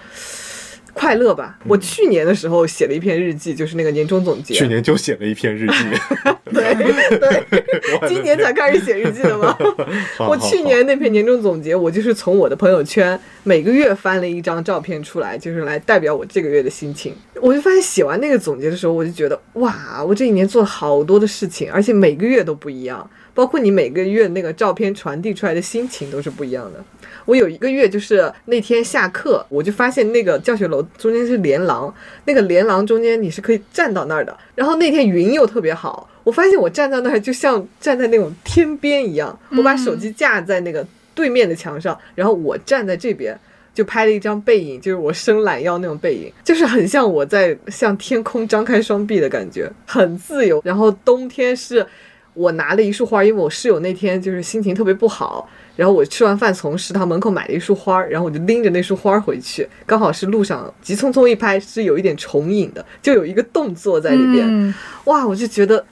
Speaker 3: 快乐吧！我去年的时候写了一篇日记，就是那个年终总结。
Speaker 2: 嗯去年就写了一篇日记， [LAUGHS]
Speaker 3: 对对，今年才开始写日记的吗？
Speaker 2: 好
Speaker 3: [LAUGHS]
Speaker 2: 好
Speaker 3: 我去
Speaker 2: 好
Speaker 3: 年那篇年终总结，我就是从我的朋友圈每个月翻了一张照片出来，就是来代表我这个月的心情。我就发现写完那个总结的时候，我就觉得哇，我这一年做了好多的事情，而且每个月都不一样，包括你每个月那个照片传递出来的心情都是不一样的。我有一个月就是那天下课，我就发现那个教学楼中间是连廊，那个连廊中间你是可以站到那儿的。然后那天云又特别好，我发现我站在那儿就像站在那种天边一样，我把手机架在那个对面的墙上，然后我站在这边。就拍了一张背影，就是我伸懒腰那种背影，就是很像我在向天空张开双臂的感觉，很自由。然后冬天是我拿了一束花，因为我室友那天就是心情特别不好，然后我吃完饭从食堂门口买了一束花，然后我就拎着那束花回去，刚好是路上急匆匆一拍是有一点重影的，就有一个动作在里边，
Speaker 1: 嗯
Speaker 3: 哇，我就觉得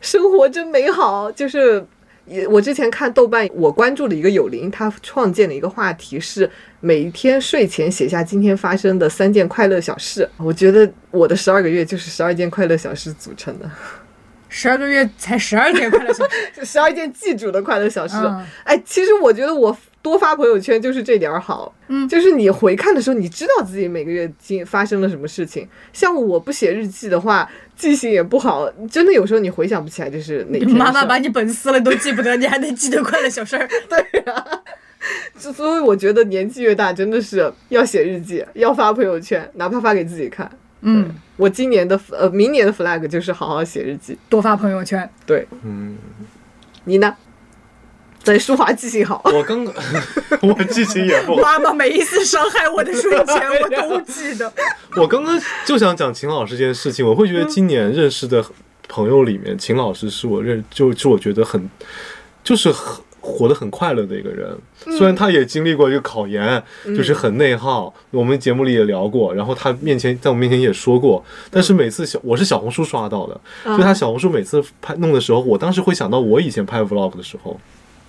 Speaker 3: 生活真美好，就是。也我之前看豆瓣，我关注了一个有灵，他创建了一个话题是每一天睡前写下今天发生的三件快乐小事。我觉得我的十二个月就是十二件快乐小事组成的，
Speaker 1: 十二个月才十二天快乐 [LAUGHS] 小时，
Speaker 3: 就十二件记住的快乐小事。
Speaker 1: 嗯
Speaker 3: 哎，其实我觉得我多发朋友圈就是这点儿好，
Speaker 1: 嗯
Speaker 3: 就是你回看的时候，你知道自己每个月经发生了什么事情。像我不写日记的话，记性也不好，真的有时候你回想不起来这是哪天的
Speaker 1: 妈妈
Speaker 3: 事儿
Speaker 1: 把你本撕了你都记不得，你还能记得快乐小事儿？
Speaker 3: 就所以我觉得年纪越大，真的是要写日记，要发朋友圈，哪怕发给自己看。
Speaker 1: 嗯，
Speaker 3: 我今年的呃，明年的 flag 就是好好写日记。
Speaker 1: 多发朋友圈。
Speaker 3: 对
Speaker 2: 嗯，
Speaker 3: 你呢？在舒华记性好，
Speaker 2: [LAUGHS] 我刚我记性也不好，
Speaker 1: 妈妈每一次伤害我的瞬 [LAUGHS] 间，我都记得。
Speaker 2: 我刚刚就想讲秦老师这件事情，我会觉得今年认识的朋友里面，秦老师是我认就是我觉得很就是很活得很快乐的一个人。虽然他也经历过一个考研，就是很内耗，我们节目里也聊过，然后他面前在我面前也说过，但是每次小我是小红书刷到的，所以他小红书每次拍弄的时候，我当时会想到我以前拍 vlog 的时候，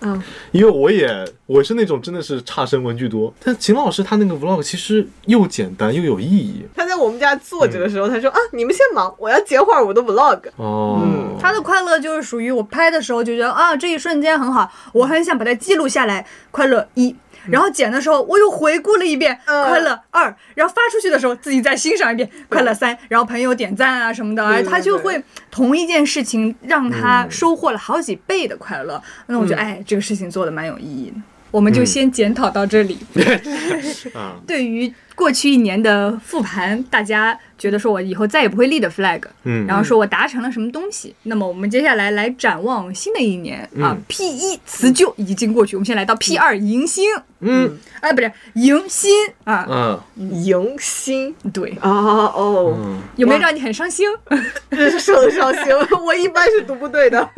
Speaker 3: 嗯，
Speaker 2: 因为我也我是那种真的是差生文具多，但秦老师他那个 vlog 其实又简单又有意义。
Speaker 3: 他在我们家坐着的时候，他说啊，你们先忙，我要截会儿我的 vlog。
Speaker 2: 哦，
Speaker 3: 嗯
Speaker 1: 他的快乐就是属于我拍的时候就觉得啊，这一瞬间很好，我很想把它记录下来，快乐一。然后剪的时候，我又回顾了一遍，
Speaker 3: 嗯
Speaker 1: 快乐二。然后发出去的时候，自己再欣赏一遍，快乐三。然后朋友点赞啊什么的，哎，
Speaker 3: 对
Speaker 1: 他就
Speaker 3: 对嗯
Speaker 1: 会同一件事情让他收获了好几倍的快乐。那我觉得，哎，这个事情做的蛮有意义的。我们就
Speaker 2: 嗯
Speaker 1: 先检讨到这里。
Speaker 2: 啊，
Speaker 1: 对于过去一年的复盘，大家觉得说我以后再也不会立的 flag，
Speaker 2: 嗯
Speaker 1: 然后说我达成了什么东西。那么我们接下来来展望新的一年啊
Speaker 2: 嗯
Speaker 1: ，P 一辞旧已经过去，我们先来到 P 二迎新，
Speaker 2: 嗯
Speaker 1: 哎，不是迎新啊，
Speaker 2: 嗯
Speaker 3: 迎新
Speaker 1: 对，
Speaker 3: 啊哦，
Speaker 2: 嗯，
Speaker 1: 有没有让你很伤心？
Speaker 3: [LAUGHS] 这是受的伤心， [LAUGHS] 我一般是读不对 [LAUGHS] 的。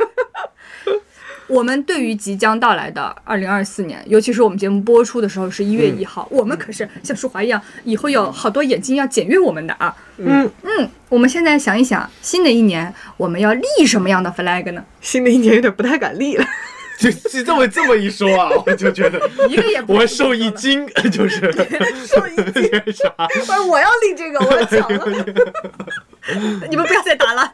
Speaker 1: 我们对于即将到来的二零二四年，尤其是我们节目播出的时候是一
Speaker 3: 嗯
Speaker 1: 月一号，我们可是像舒华一样，以后有好多眼睛要检阅我们的啊。
Speaker 3: 嗯
Speaker 1: 嗯，我们现在想一想，新的一年我们要立什么样的 flag 呢？
Speaker 3: 新的一年有点不太敢立了。
Speaker 2: [LAUGHS]
Speaker 3: [LAUGHS]
Speaker 2: 就就这么这么一说啊，我就觉得
Speaker 1: 一个也不
Speaker 2: [LAUGHS] 我受一惊，
Speaker 1: [LAUGHS]
Speaker 2: 就是
Speaker 3: 受一
Speaker 2: [LAUGHS]
Speaker 3: 惊
Speaker 2: 那啥，
Speaker 3: 我要立这个，我要抢了。
Speaker 1: [LAUGHS] 你们不要再打
Speaker 3: [LAUGHS]
Speaker 1: 了，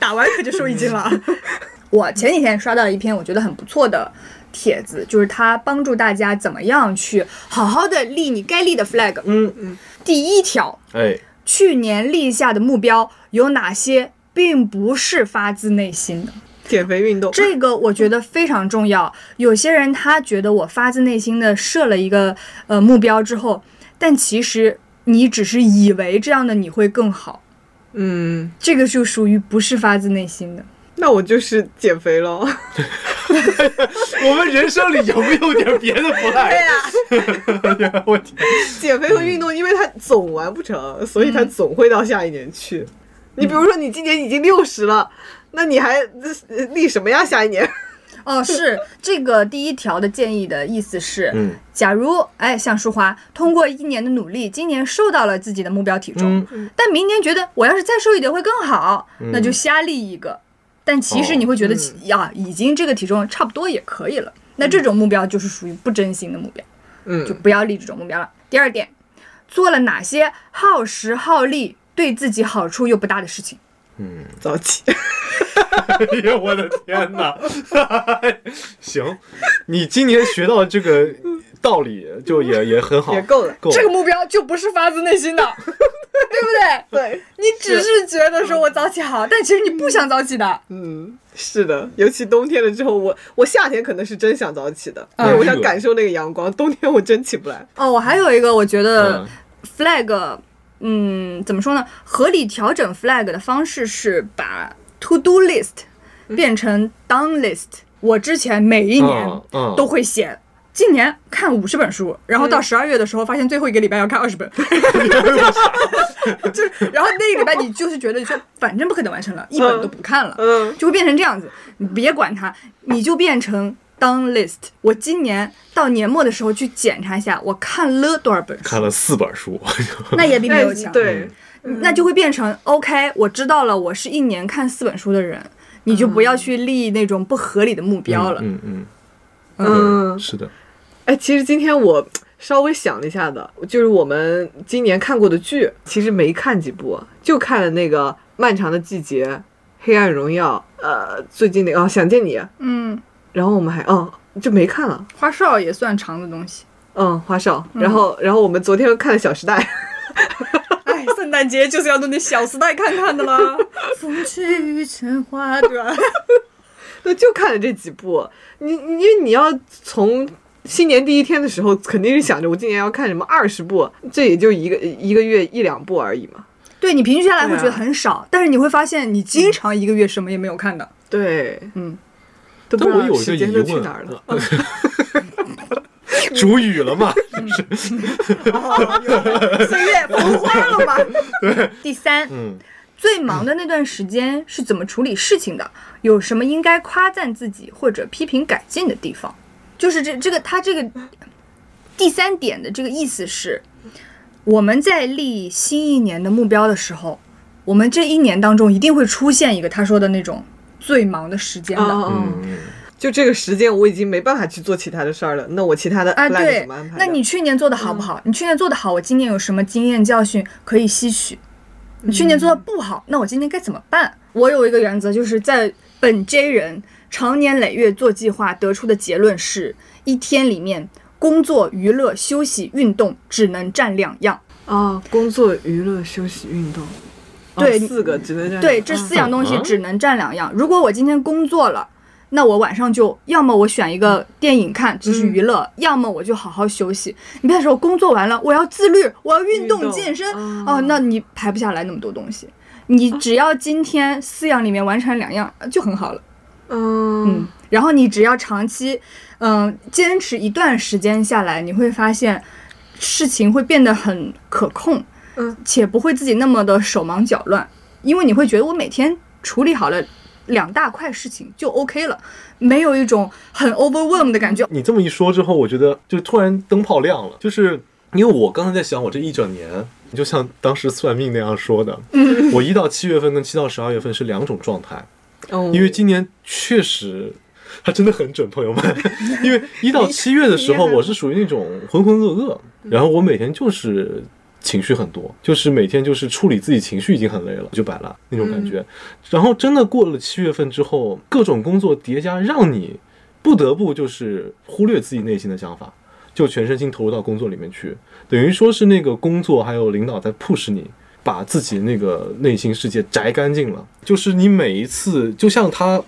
Speaker 1: 打完可就受一惊了。啊！ [LAUGHS] 我前几天刷到一篇我觉得很不错的帖子，就是它帮助大家怎么样去好好的立你该立的 flag。
Speaker 2: 嗯
Speaker 1: 嗯，第一条，
Speaker 2: 哎，
Speaker 1: 去年立下的目标有哪些？并不是发自内心的，
Speaker 3: 减肥运动，
Speaker 1: 这个我觉得非常重要。有些人他觉得我发自内心的设了一个呃目标之后，但其实你只是以为这样的你会更好，
Speaker 3: 嗯，
Speaker 1: 这个就属于不是发自内心的。
Speaker 3: 那我就是减肥喽。
Speaker 2: 我们人生里有没有点别的不赖？
Speaker 1: 啊
Speaker 2: [LAUGHS]
Speaker 3: 呀、
Speaker 2: 我天，
Speaker 3: [LAUGHS] 减肥和运动，因为它总完不成，所以它总会到下一年去。你比如说，你今年已经六十了，那你还呃立什么呀？下一年？
Speaker 1: 哦，是这个第一条的建议的意思是，
Speaker 2: 嗯
Speaker 1: 假如哎，像淑华通过一年的努力，今年瘦到了自己的目标体
Speaker 2: 嗯
Speaker 1: 重，但明年觉得我要是再瘦一点会更好，那就瞎立一个。但其实
Speaker 2: 哦
Speaker 1: 你会觉得呀、已经这个体重差不多也可以了。那这种目标就是属于不真心的目标，
Speaker 3: 嗯 [LAUGHS]
Speaker 1: 就不要立这种目标了。第二点，做了哪些耗时耗力、对自己好处又不大的事情？
Speaker 2: 嗯，
Speaker 3: 早起。
Speaker 2: 哎呀，我的天哪！ [LAUGHS] 行，你今年学到这个道理，就也也很好，
Speaker 3: 也够了
Speaker 2: 够
Speaker 1: 这个目标就不是发自内心的，对不对？
Speaker 3: 对，
Speaker 1: 你只是觉得说我早起好，但其实你不想早起的。
Speaker 3: 嗯，是的，尤其冬天了之后，我我夏天可能是真想早起的，因
Speaker 1: 嗯
Speaker 3: 为我想感受那个阳光。冬天我真起不来。
Speaker 1: 哦，我还有一个，我觉得
Speaker 2: 嗯
Speaker 1: flag，嗯，怎么说呢？合理调整 flag 的方式是把 to do list 变成 down list。我之前每一年
Speaker 2: 嗯嗯
Speaker 1: 都会写今年看五十本书，然后到十二月的时候，发现最后一个礼拜要看二十
Speaker 2: [LAUGHS]
Speaker 1: 本，就是，然后那个礼拜你就是觉得说，反正不可能完成了，一本都不看了，
Speaker 3: 嗯
Speaker 1: 就会变成这样子。你别管它，你就变成 down list。我今年到年末的时候去检查一下，我看了多少本书，
Speaker 2: 看了四本书，
Speaker 1: 那也比没有
Speaker 3: 哎
Speaker 1: 强。嗯
Speaker 3: 对，
Speaker 1: 那就会变成 OK，我知道了，我是一年看四本书的人，你就不要去立那种不合理的目标了。
Speaker 2: [LAUGHS] 嗯嗯，
Speaker 3: 嗯
Speaker 2: 嗯，是的，
Speaker 3: 哎，其实今天我稍微想了一下的，就是我们今年看过的剧，其实没看几部，就看了那个《漫长的季节》《黑暗荣耀》，呃，最近那个、哦《想见你》，
Speaker 1: 嗯，
Speaker 3: 然后我们还哦就没看了，
Speaker 1: 花少也算长的东西。
Speaker 3: 嗯，花少，然后、然后我们昨天又看了《小时代》，
Speaker 1: [LAUGHS] 哎，圣诞节就是要弄点《小时代》看看的啦，《 [LAUGHS] 风吹雨成花》对吧？
Speaker 3: 那就看了这几部。你你因为你要从新年第一天的时候，肯定是想着我今年要看什么二十部，这也就一个一个月一两部而已嘛。
Speaker 1: 对你平均下来会
Speaker 3: 对啊
Speaker 1: 觉得很少，但是你会发现你经常一个月什么也没有看的。
Speaker 3: 对，
Speaker 1: 嗯，
Speaker 3: 都不
Speaker 2: 但
Speaker 3: 知
Speaker 2: 我
Speaker 3: 道
Speaker 2: 有一个
Speaker 3: 时间
Speaker 2: 疑
Speaker 3: 都去哪儿
Speaker 2: 问啊
Speaker 3: 了。，
Speaker 2: 主语了嘛？
Speaker 1: 岁月风花了嘛。第三，
Speaker 2: 嗯，
Speaker 1: 最忙的那段时间是怎么处理事情的？有什么应该夸赞自己或者批评改进的地方？就是这这个他这个第三点的这个意思是，我们在立新一年的目标的时候，我们这一年当中一定会出现一个他说的那种最忙的时间的。
Speaker 3: 哦
Speaker 2: 嗯嗯
Speaker 3: 就这个时间我已经没办法去做其他的事儿了，那我其他的
Speaker 1: 啊，
Speaker 3: plan 是
Speaker 1: 对
Speaker 3: 怎么安排，的？嗯
Speaker 1: 那你去年做的好不好？你去年做的好，我今年有什么经验教训可以吸取？你去年做
Speaker 3: 嗯
Speaker 1: 的不好，那我今年该怎么办？我有一个原则，就是在本 J 人长年累月做计划得出的结论是：一天里面，工作、娱乐、休息、运动只能占两样。
Speaker 3: 啊，工作、娱乐、休息、运动，哦
Speaker 1: 对
Speaker 3: 四个只能这样。
Speaker 1: 对，这嗯四样东西只能占两样。如果我今天工作了，那我晚上就要么我选一个电影看，只是娱乐；要么我就好好休息。你别说我工作完了，我要自律，我要运
Speaker 3: 运动
Speaker 1: 动健身
Speaker 3: 啊
Speaker 1: 哦，那你排不下来那么多东西。你只要今天四样里面完成两样呃就很好了，
Speaker 3: 嗯
Speaker 1: 嗯，。然后你只要长期，嗯、坚持一段时间下来，你会发现事情会变得很可控，
Speaker 3: 嗯，
Speaker 1: 且不会自己那么的手忙脚乱，因为你会觉得我每天处理好了两大块事情就 OK 了，没有一种很 overwhelm 的感觉。
Speaker 2: 你这么一说之后，我觉得就突然灯泡亮了，就是因为我刚才在想，我这一整年，就像当时算命那样说的，我一到七月份跟七到十二月份是两种状态，
Speaker 3: 哦
Speaker 2: 因为今年确实。它真的很准，朋友们，因为一到七月的时候，
Speaker 3: 你你
Speaker 2: 我是属于那种浑浑噩噩，然后我每天就是情绪很多，就是每天就是处理自己情绪已经很累了，就摆烂那种感觉。然后真的过了七月份之后，各种工作叠加，让你不得不就是忽略自己内心的想法，就全身心投入到工作里面去，等于说是那个工作还有领导在 push 你。把自己那个内心世界摘干净了，就是你每一次，就像他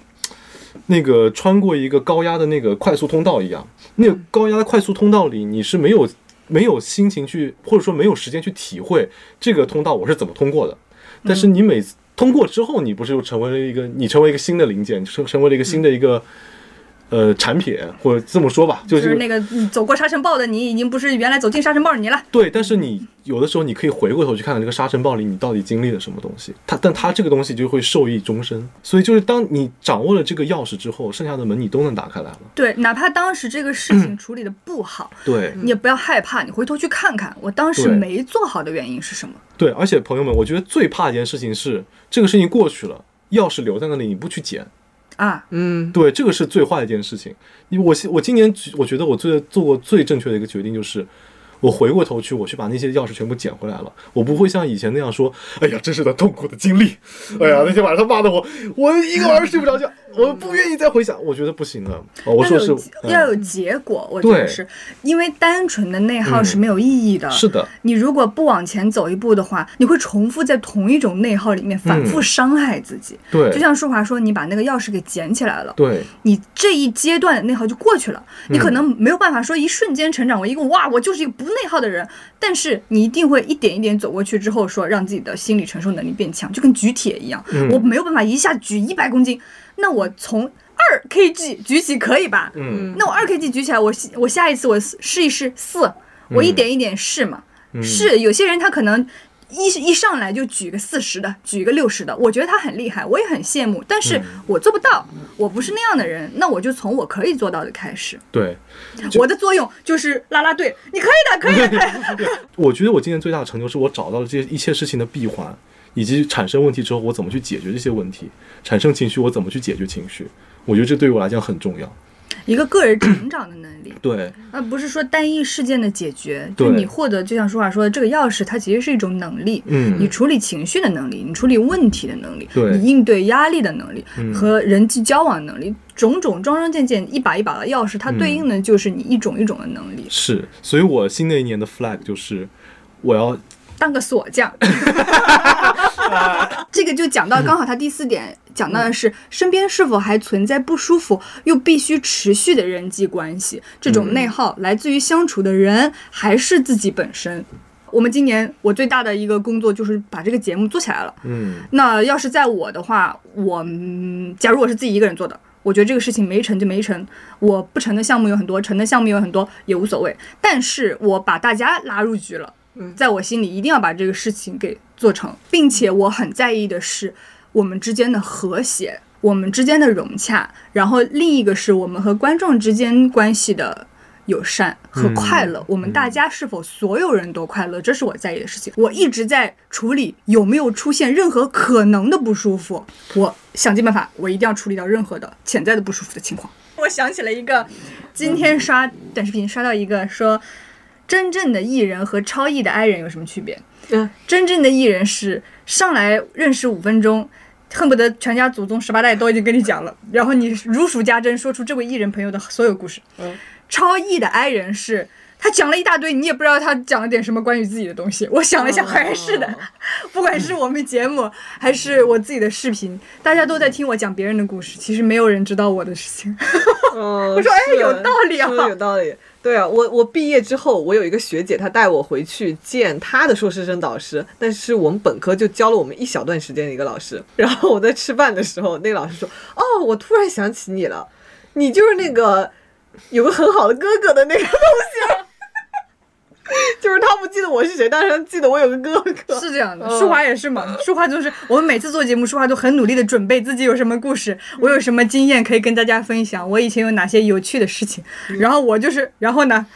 Speaker 2: 那个穿过一个高压的那个快速通道一样，那个高压的快速通道里，你是没有没有心情去，或者说没有时间去体会这个通道我是怎么通过的。
Speaker 1: 嗯
Speaker 2: 但是你每次通过之后，你不是又成为了一个你成为一个新的零件，成成为了一个新的一个、呃产品，或者这么说吧，就
Speaker 1: 就是是那个嗯走过沙尘暴的你，已经不是原来走进沙尘暴的你了。
Speaker 2: 对，但是你有的时候你可以回过头去看看这个沙尘暴里你到底经历了什么东西，它但它这个东西就会受益终身。所以就是当你掌握了这个钥匙之后，剩下的门你都能打开来了。
Speaker 1: 对，哪怕当时这个事
Speaker 2: 嗯
Speaker 1: 情处理的不好，
Speaker 2: 对
Speaker 1: 你也不要害怕，你回头去看看我当时
Speaker 2: 对
Speaker 1: 没做好的原因是什么。
Speaker 2: 对，而且朋友们，我觉得最怕一件事情是这个事情过去了，钥匙留在那里你不去捡。
Speaker 1: 啊，
Speaker 3: 嗯
Speaker 2: 对，这个是最坏的一件事情。因为我现我今年举我觉得我最做过最正确的一个决定就是，我回过头去我去把那些钥匙全部捡回来了。我不会像以前那样说，哎呀，这是段痛苦的经历，哎呀，那天晚上骂的我，我一个晚上睡不着觉，我不愿意再回想。我觉得不行了。哦，我说
Speaker 1: 要
Speaker 2: 是
Speaker 1: 有要
Speaker 2: 嗯
Speaker 1: 有结果，我觉得
Speaker 2: 对
Speaker 1: 是因为单纯的内耗
Speaker 2: 嗯
Speaker 1: 是没有意义的。
Speaker 2: 是的，
Speaker 1: 你如果不往前走一步的话，你会重复在同一种内耗里面反复伤害自己。
Speaker 2: 嗯对，
Speaker 1: 就像舒华说，你把那个钥匙给捡起来了，
Speaker 2: 对
Speaker 1: 你这一阶段的内耗就过去了。你可能没有办法说一瞬间成长为一个哇，我就是一个不内耗的人，但是你一定会一点一点走过去之后，说让自己的心理承受能力变强，就跟举铁一样，我没有办法一下举一百公斤，那我从。二 kg 举起可以吧？
Speaker 2: 嗯
Speaker 1: 那我二 kg 举起来，我下我下一次我试一试四，我一点一点试嘛。是有些人他可能一一上来就举个四十的，举个六十的，我觉得他很厉害，我也很羡慕，但是我做不到，我不是那样的人，那我就从我可以做到的开始。
Speaker 2: 对，
Speaker 1: 我的作用就是拉拉队，你可以的，可以的，可以的。
Speaker 2: 我觉得我今年最大的成就是我找到了这一切事情的闭环，以及产生问题之后我怎么去解决这些问题，产生情绪我怎么去解决情绪，我觉得这对于我来讲很重要。
Speaker 1: 一个个人成长的能力，
Speaker 2: 对，
Speaker 1: 而不是说单一事件的解决。就
Speaker 2: 对
Speaker 1: 你获得，就像舒华说的，这个钥匙它其实是一种能力。
Speaker 2: 嗯
Speaker 1: 你处理情绪的能力，你处理问题的能力，
Speaker 2: 对
Speaker 1: 你应对压力的能力、
Speaker 2: 嗯
Speaker 1: 和人际交往能力，种种桩桩件件一把一把的钥匙，它对应
Speaker 2: 嗯
Speaker 1: 的就是你一种一种的能力。
Speaker 2: 是，所以我新的一年的 flag 就是我要
Speaker 1: 当个锁
Speaker 2: [LAUGHS]
Speaker 1: 匠。这个就讲到刚好他第四点讲到的是身边是否还存在不舒服又必须持续的人际关系，这种
Speaker 2: 嗯
Speaker 1: 内耗来自于相处的人还是自己本身。我们今年我最大的一个工作就是把这个节目做起来了。
Speaker 2: 嗯
Speaker 1: 那要是在我的话，我嗯假如我是自己一个人做的，我觉得这个事情没成就没成，我不成的项目有很多，成的项目有很多也无所谓。但是我把大家拉入局了，
Speaker 3: 嗯
Speaker 1: 在我心里一定要把这个事情给做成，并且我很在意的是我们之间的和谐，我们之间的融洽，然后另一个是我们和观众之间关系的。友善和快乐，
Speaker 2: 嗯
Speaker 1: 我们大家是否所有人都快乐，这是我在意的事情。我一直在处理有没有出现任何可能的不舒服，我想尽办法，我一定要处理掉任何的潜在的不舒服的情况。我想起了一个，今天刷短视频刷到一个说，真正的艺人和超艺的 i 人有什么区别？
Speaker 3: 嗯，
Speaker 1: 真正的艺人是上来认识五分钟，恨不得全家祖宗十八代都已经跟你讲了，然后你如数家珍说出这位艺人朋友的所有故事。
Speaker 3: 嗯
Speaker 1: 超艺的 i 人是。他讲了一大堆，你也不知道他讲了点什么关于自己的东西。我想了一下，还是的
Speaker 3: 哦，
Speaker 1: 不管是我们节目还是我自己的视频，大家都在听我讲别人的故事，其实没有人知道我的事情。
Speaker 3: 嗯，
Speaker 1: 我说哎
Speaker 3: 是
Speaker 1: 有道理啊
Speaker 3: 说的有道理。对啊，我我毕业之后，我有一个学姐，她带我回去见她的硕士生导师，但是我们本科就教了我们一小段时间的一个老师。然后我在吃饭的时候，那个老师说：“哦，我突然想起你了，你就是那个有个很好的哥哥的那个东西。” [LAUGHS] 就是他不记得我是谁，但是他记得我有个哥
Speaker 1: [LAUGHS]
Speaker 3: 哥。
Speaker 1: 是这样的，
Speaker 3: 嗯
Speaker 1: 舒华也是嘛。舒华就是我们每次做节目，舒华都很努力的准备自己有什么故事，我有什么经验可以跟大家分享，我以前有哪些有趣的事情。
Speaker 2: 嗯
Speaker 1: 然后我就是，然后
Speaker 2: [LAUGHS]
Speaker 1: 呢，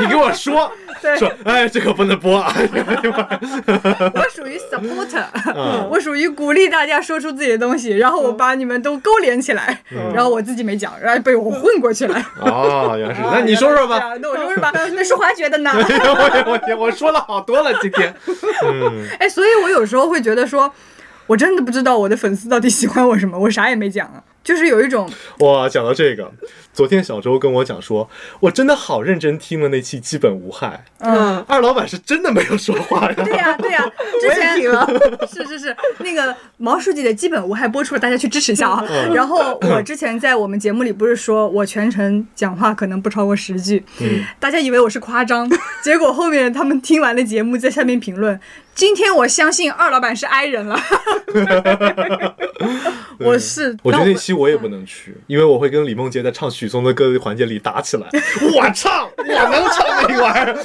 Speaker 2: 你给我说
Speaker 1: 对
Speaker 2: 说，哎，这可不能播啊！
Speaker 1: 我属于 supporter，
Speaker 2: 嗯
Speaker 1: [LAUGHS] 我属于鼓励大家说出自己的东西，然后我把你们都勾连起来，
Speaker 2: 嗯
Speaker 1: 然后我自己没讲，然后被我混过去了。
Speaker 2: [LAUGHS] 哦，原来是， [LAUGHS] 那你说说吧。
Speaker 1: [LAUGHS] 啊那我说说吧，那舒华觉得
Speaker 2: [LAUGHS]
Speaker 1: 呢？
Speaker 2: 我也我天，我说了好多了今天。嗯，
Speaker 1: 哎，所以我有时候会觉得说，我真的不知道我的粉丝到底喜欢我什么，我啥也没讲啊，就是有一种
Speaker 2: 哇，讲到这个，昨天小周跟我讲说，我真的好认真听了那期《基本无害》，
Speaker 3: 嗯，
Speaker 2: 二老板是真的没有说话呀。
Speaker 1: 对呀、对呀、之
Speaker 3: 我也
Speaker 1: 前
Speaker 3: 听了。
Speaker 1: [LAUGHS] 是是是，那个毛书记的基本无害播出了，大家去支持一下啊。然后我之前在我们节目里不是说我全程讲话可能不超过十句，
Speaker 2: 嗯
Speaker 1: 大家以为我是夸张，结果后面他们听完了节目在下面评论，今天我相信二老板是 i 人了，我是，
Speaker 2: [LAUGHS] 我觉得
Speaker 1: 但
Speaker 2: 那期我也不能去，因为我会跟李梦洁在唱许嵩的歌的环节里打起来。 [LAUGHS] 我唱，我能唱那玩意儿，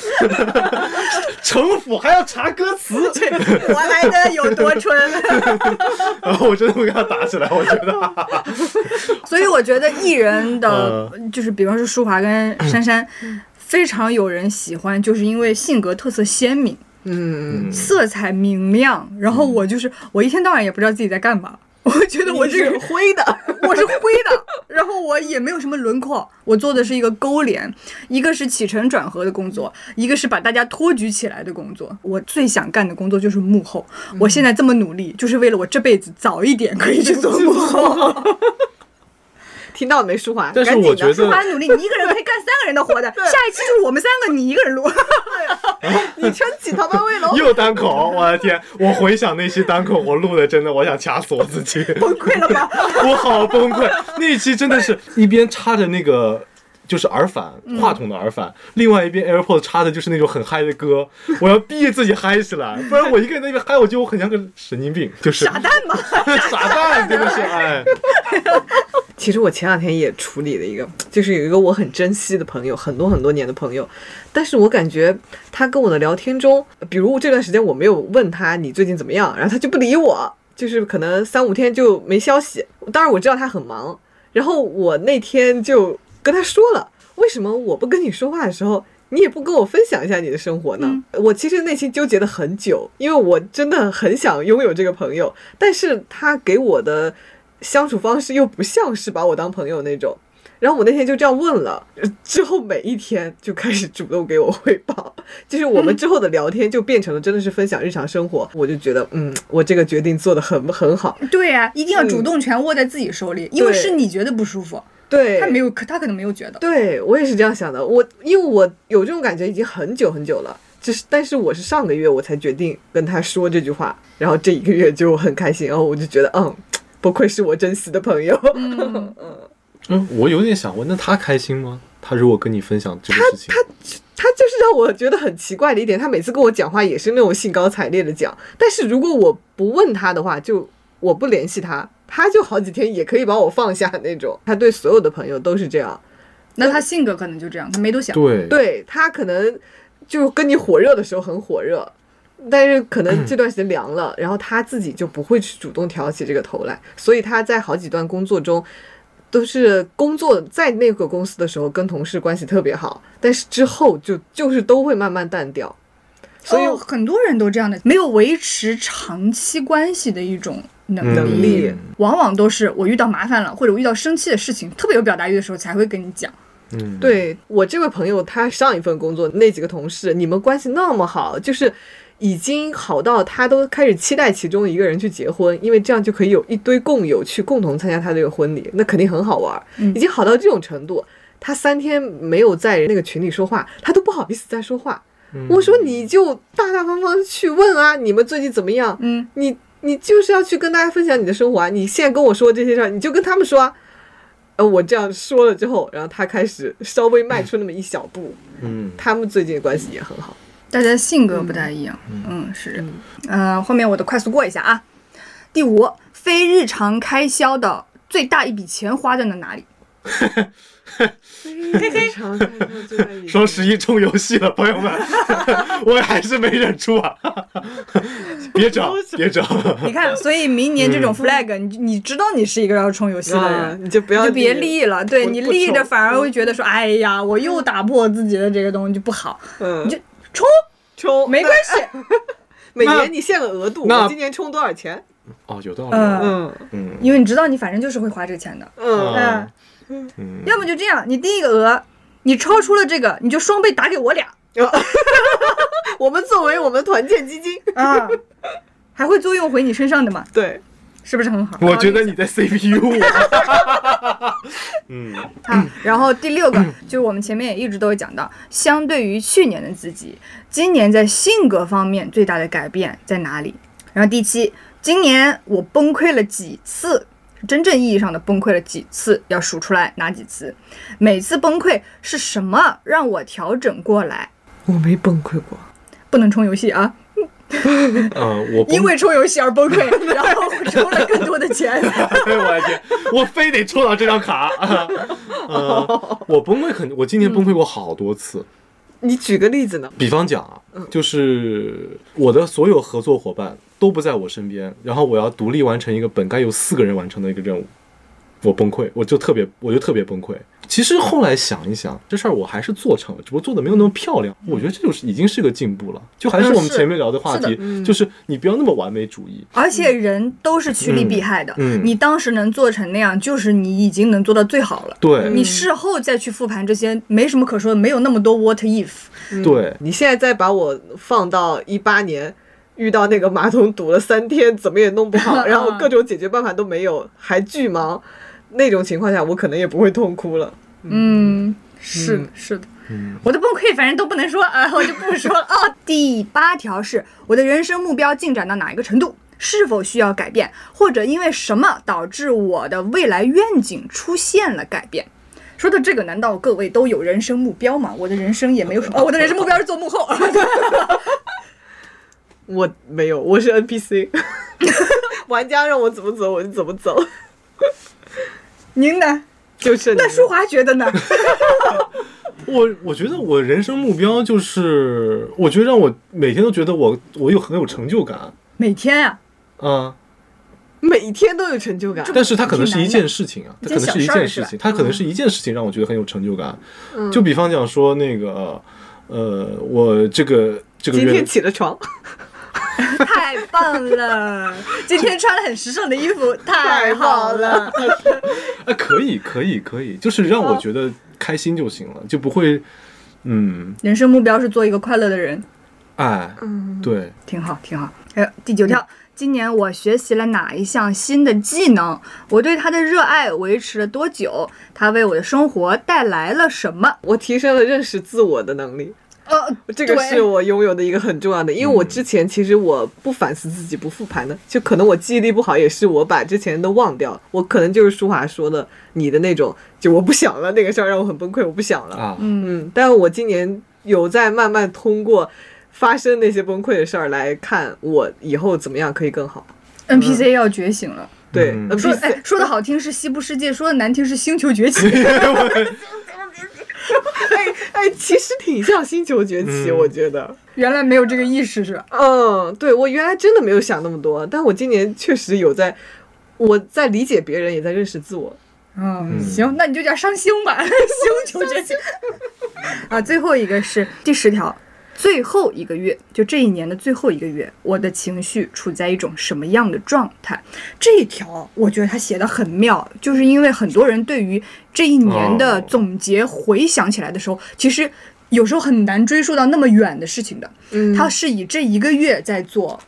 Speaker 2: 城府还要查歌
Speaker 1: [LAUGHS]
Speaker 2: 词，
Speaker 1: 我来的有多蠢。
Speaker 2: [LAUGHS] 然后我真的会跟他打起来。我觉得，
Speaker 3: [LAUGHS]
Speaker 1: 所以我觉得艺人的、
Speaker 3: 嗯
Speaker 1: 就是，比方说舒华跟珊珊，非常有人喜欢，就是因为性格特色鲜明，
Speaker 3: 嗯，
Speaker 1: 色彩明亮。然后我就是我一天到晚也不知道自己在干嘛， [LAUGHS] 我觉得我
Speaker 3: 我
Speaker 1: 这个
Speaker 3: 是灰的，
Speaker 1: [LAUGHS]
Speaker 3: [LAUGHS]
Speaker 1: 我是灰的，然后我也没有什么轮廓，我做的是一个勾连，一个是起承转合的工作，一个是把大家托举起来的工作。我最想干的工作就是幕后，
Speaker 3: 嗯
Speaker 1: 我现在这么努力，就是为了我这辈子早一点可以去做幕
Speaker 3: [LAUGHS]
Speaker 1: 后。
Speaker 3: 听到了没，舒华？
Speaker 2: 但是
Speaker 3: 赶紧
Speaker 2: 我
Speaker 3: 的
Speaker 2: 觉得
Speaker 1: 舒华努力，你一个人可以干三个人的活的。下一期就是我们三个，你一个人
Speaker 3: [LAUGHS]
Speaker 1: 录。 [LAUGHS]
Speaker 3: 你撑起逃班威
Speaker 2: [LAUGHS]
Speaker 3: 龙，
Speaker 2: 又单口，我的天！我回想那期单口，我录的真的，我想掐死我自己，
Speaker 1: 崩溃了吧？
Speaker 2: [LAUGHS] 我好崩溃。那一期真的是一边插着那个。就是耳返，话筒的耳返，另外一边 AirPods 插的就是那种很嗨的歌，我要逼着自己嗨起来，不然我一个人在那边嗨，我觉得 [LAUGHS] 我很像个神经病，就是
Speaker 1: 傻蛋吧。
Speaker 2: 傻蛋，真的是哎。
Speaker 3: 其实我前两天也处理了一个，就是有一个我很珍惜的朋友，很多很多年的朋友，但是我感觉他跟我的聊天中，比如这段时间我没有问他你最近怎么样，然后他就不理我，就是可能三五天就没消息。当然我知道他很忙，然后我那天就跟他说了，为什么我不跟你说话的时候。你也不跟我分享一下你的生活呢？我其实内心纠结了很久，因为我真的很想拥有这个朋友，但是他给我的相处方式又不像是把我当朋友那种。然后我那天就这样问了，呃之后每一天就开始主动给我汇报，就是我们之后的聊天就变成了真的是分享日常生活，我就觉得嗯，我这个决定做的很很好。
Speaker 1: 对呀、一定要主
Speaker 3: 嗯
Speaker 1: 动权握在自己手里，因为
Speaker 3: 对
Speaker 1: 是你觉得不舒服，
Speaker 3: 对，
Speaker 1: 他没有，他可能没有觉得。
Speaker 3: 对我也是这样想的。我因为我有这种感觉已经很久很久了，只是但是我是上个月我才决定跟他说这句话，然后这一个月就很开心，然后我就觉得嗯，不愧是我珍惜的朋友。 [LAUGHS]
Speaker 1: 嗯，
Speaker 2: 嗯，我有点想问，那他开心吗？他如果跟你分享这个事情，
Speaker 3: 他就是让我觉得很奇怪的一点，他每次跟我讲话也是那种兴高采烈的讲，但是如果我不问他的话，就我不联系他，他就好几天也可以把我放下那种。他对所有的朋友都是这样，
Speaker 1: 那他性格可能就这样，他没多想。
Speaker 2: 对
Speaker 3: 对他可能就跟你火热的时候很火热，但是可能这段时间凉了，然后他自己就不会去主动挑起这个头来，所以他在好几段工作中。都是工作在那个公司的时候跟同事关系特别好，但是之后就就是都会慢慢淡掉，所以
Speaker 1: 哦很多人都这样的，没有维持长期关系的一种能
Speaker 3: 能力
Speaker 1: 往往都是我遇到麻烦了，或者我遇到生气的事情，特别有表达欲的时候才会跟你讲。
Speaker 2: 嗯，
Speaker 3: 对我这位朋友，他上一份工作那几个同事，你们关系那么好，就是已经好到他都开始期待其中一个人去结婚，因为这样就可以有一堆共友去共同参加他这个婚礼，那肯定很好玩儿。
Speaker 1: 嗯
Speaker 3: 已经好到这种程度，他三天没有在那个群里说话，他都不好意思再说话。
Speaker 2: 嗯
Speaker 3: 我说你就大大方方去问啊，你们最近怎么样？
Speaker 1: 嗯，
Speaker 3: 你你就是要去跟大家分享你的生活啊！你现在跟我说这些事儿，你就跟他们说、啊。呃，我这样说了之后，然后他开始稍微迈出那么一小步。
Speaker 2: 嗯，
Speaker 3: 他们最近关系也很好。
Speaker 1: 大家性格不太一样。嗯，是。
Speaker 3: 嗯
Speaker 1: 嗯、后面我的快速过一下啊。第五，非日常开销的最大一笔钱花在了哪
Speaker 3: [LAUGHS]
Speaker 1: 里？
Speaker 3: 嘿嘿，常看到这段影
Speaker 2: 嗯双十一中游戏了，朋友们， [LAUGHS] 我还是没忍住啊！ [LAUGHS] 别找，别找，
Speaker 1: 你看，所以明年这种 flag，、你你知道你是一个要冲游戏的
Speaker 3: 啊，
Speaker 1: 人。
Speaker 3: 你就嗯不
Speaker 1: 你
Speaker 3: 要
Speaker 1: 就别
Speaker 3: 理。
Speaker 1: 立了，对
Speaker 3: 不
Speaker 1: 你
Speaker 3: 不
Speaker 1: 立着
Speaker 3: 冲嗯
Speaker 1: 反而会觉得说，哎呀，我又打破自己的这个东西就不好，
Speaker 3: 嗯
Speaker 1: 你，就冲
Speaker 3: 充
Speaker 1: 没关
Speaker 3: 那
Speaker 1: 系，
Speaker 3: 每
Speaker 2: 那
Speaker 3: 年你限个额度，
Speaker 2: 那
Speaker 3: 我今年充多少钱？
Speaker 2: 哦，有道理
Speaker 1: 嗯
Speaker 2: 啊，
Speaker 3: [LAUGHS] 嗯
Speaker 2: 嗯
Speaker 1: 因为你知道你反正就是会花这个钱的，
Speaker 3: 嗯，
Speaker 2: 啊
Speaker 3: 嗯
Speaker 2: 嗯，
Speaker 1: 要么就这样，你定一个额，你超出了这个，你就双倍打给我俩
Speaker 3: 我们作为我们团建基金，
Speaker 1: 啊，还会作用回你身上的嘛，
Speaker 3: 对，
Speaker 1: 是不是很好？
Speaker 2: 我觉得你在 CPU 我。
Speaker 3: [LAUGHS]
Speaker 2: 嗯，
Speaker 1: 啊，然后第六个就是我们前面也一直都有讲到，相对于去年的自己，今年在性格方面最大的改变在哪里？然后第七，今年我崩溃了几次？真正意义上的崩溃了几次？要数出来哪几次？每次崩溃是什么让我调整过来？
Speaker 3: 我没崩溃过。
Speaker 1: 不能冲游戏啊，
Speaker 2: 呃，我崩
Speaker 1: 因为冲游戏而崩溃，然后 [LAUGHS] 充了更多的钱。
Speaker 2: 哎，我的天，我非得抽到这张卡。啊呃，我崩溃很，我今年崩溃过好多次。
Speaker 3: 你举个例子呢？
Speaker 2: 比方讲啊，
Speaker 1: 嗯
Speaker 2: 就是我的所有合作伙伴都不在我身边，然后我要独立完成一个本该由四个人完成的一个任务，我崩溃，我就特别，我就特别崩溃。其实后来想一想，这事儿我还是做成了，只不过做的没有那么漂亮。我觉得这就是已经是个进步了，就还是我们前面聊的话
Speaker 1: 嗯是
Speaker 2: 题，就是你不要那么完美主义。
Speaker 1: 而且人都是趋利避害的，
Speaker 2: 嗯嗯
Speaker 1: 你当时能做成那样，就是你已经能做到最好了。
Speaker 2: 对、
Speaker 1: 你事后再去复盘这些，没什么可说的，没有那么多 what if。
Speaker 2: 对，
Speaker 3: 你现在再把我放到一八年，遇到那个马桶堵了三天，怎么也弄不好，然后各种解决办法都没有，还巨忙，那种情况下，我可能也不会痛哭了。
Speaker 1: 嗯，是的，是的。
Speaker 2: 嗯
Speaker 1: 我的崩溃反正都不能说啊，我就不说了 [LAUGHS] 啊。第八条是我的人生目标进展到哪一个程度，是否需要改变，或者因为什么导致我的未来愿景出现了改变。说到这个，难道各位都有人生目标吗？我的人生也没有什么，哦，我的人生目标是做幕后。 [LAUGHS]
Speaker 3: 我没有，我是 [LAUGHS] NPC，玩家让我怎么走我就怎么走。
Speaker 1: 您呢？
Speaker 3: 就是
Speaker 1: 那舒华觉得呢？
Speaker 2: 我我觉得我人生目标就是，我觉得让我每天都觉得我我有很有成就感
Speaker 1: [LAUGHS] 每天啊，
Speaker 2: 啊，
Speaker 3: 每天都有成就感，
Speaker 2: 但是它可能是一件事情啊，它
Speaker 1: 挺
Speaker 2: 可能是一
Speaker 1: 难的
Speaker 2: 件事情，它可能是一件事情让我觉得很有成就感。啊
Speaker 3: 嗯
Speaker 2: 就比方讲说那个，呃，我这个这个
Speaker 3: 今
Speaker 2: 月
Speaker 3: 天起了床，
Speaker 1: 太棒了！今天穿了很时尚的衣 [LAUGHS] 服，太好
Speaker 3: [LAUGHS]
Speaker 1: 了。
Speaker 2: 啊，可以可以可以，就是让我觉得开心就行了，就不会，嗯，
Speaker 1: 人生目标是做一个快乐的人，
Speaker 2: 哎，
Speaker 3: 嗯，
Speaker 2: 对，
Speaker 1: 挺好，挺好。还有第九条，今年我学习了哪一项新的技能？我对它的热爱维持了多久？它为我的生活带来了什么？
Speaker 3: 我提升了认识自我的能力，
Speaker 1: 呃，
Speaker 3: 这个
Speaker 1: 对
Speaker 3: 是我拥有的一个很重要的，因为
Speaker 2: 嗯
Speaker 3: 我之前其实我不反思自己，不复盘的，就可能我记忆力不好，也是我把之前都忘掉了。我可能就是舒华说的你的那种，就我不想了那个事儿让我很崩溃，我不想了。
Speaker 2: [LAUGHS] 啊，
Speaker 1: 嗯，
Speaker 3: 嗯，但我今年有在慢慢通过发生那些崩溃的事儿来看我以后怎么样可以更好。
Speaker 1: NPC 要觉醒了。
Speaker 3: 对，
Speaker 2: 嗯
Speaker 3: 呃
Speaker 1: 说
Speaker 3: ，NPC
Speaker 1: 哎，说的好听是西部世界，说的难听是星球崛起。 [LAUGHS]
Speaker 3: 哎哎，其实挺像《星球崛起》，
Speaker 2: 嗯
Speaker 3: 我觉得。
Speaker 1: 原来没有这个意识是吧？
Speaker 3: 嗯，对我原来真的没有想那么多，但我今年确实有在，我在理解别人，也在认识自我。
Speaker 1: 嗯，
Speaker 2: 嗯
Speaker 1: 行，那你就叫伤心吧， [LAUGHS] 星球崛起。啊，最后一个是第十条，最后一个月，就这一年的最后一个月，我的情绪处在一种什么样的状态？这一条我觉得他写的很妙，就是因为很多人对于这一年的
Speaker 2: 哦
Speaker 1: 总结回想起来的时候，其实有时候很难追溯到那么远的事情的。
Speaker 3: 嗯
Speaker 1: 他是以这一个月在做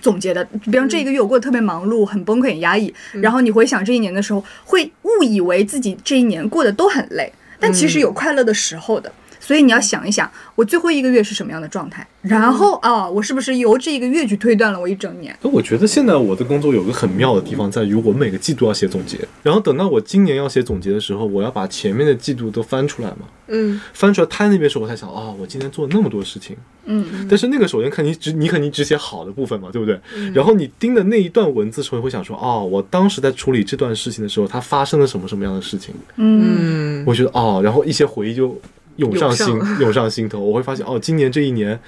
Speaker 1: 总结的。比方这一个月我过得特别忙碌，很崩溃，很压抑。然后你回想这一年的时候，会误以为自己这一年过得都很累，但其实有快乐的时候的。所以你要想一想，我最后一个月是什么样的状态，然后啊，我是不是由这一个月去推断了我一整年？
Speaker 2: 那我觉得现在我的工作有个很妙的地方在于，我每个季度要写总结，然后等到我今年要写总结的时候，我要把前面的季度都翻出来嘛，
Speaker 3: 嗯
Speaker 2: 翻出来摊那边时候，我才想啊、我今天做了那么多事情，
Speaker 1: 嗯，
Speaker 2: 但是那个首先看你只你肯定只写好的部分嘛，对不对？然后你盯的那一段文字的时候，会想说哦，我当时在处理这段事情的时候，它发生了什么什么样的事情，
Speaker 1: 嗯，
Speaker 3: 嗯
Speaker 2: 我觉得哦，然后一些回忆就涌上心
Speaker 3: 涌
Speaker 2: 涌上心头，我会发现哦，今年这一年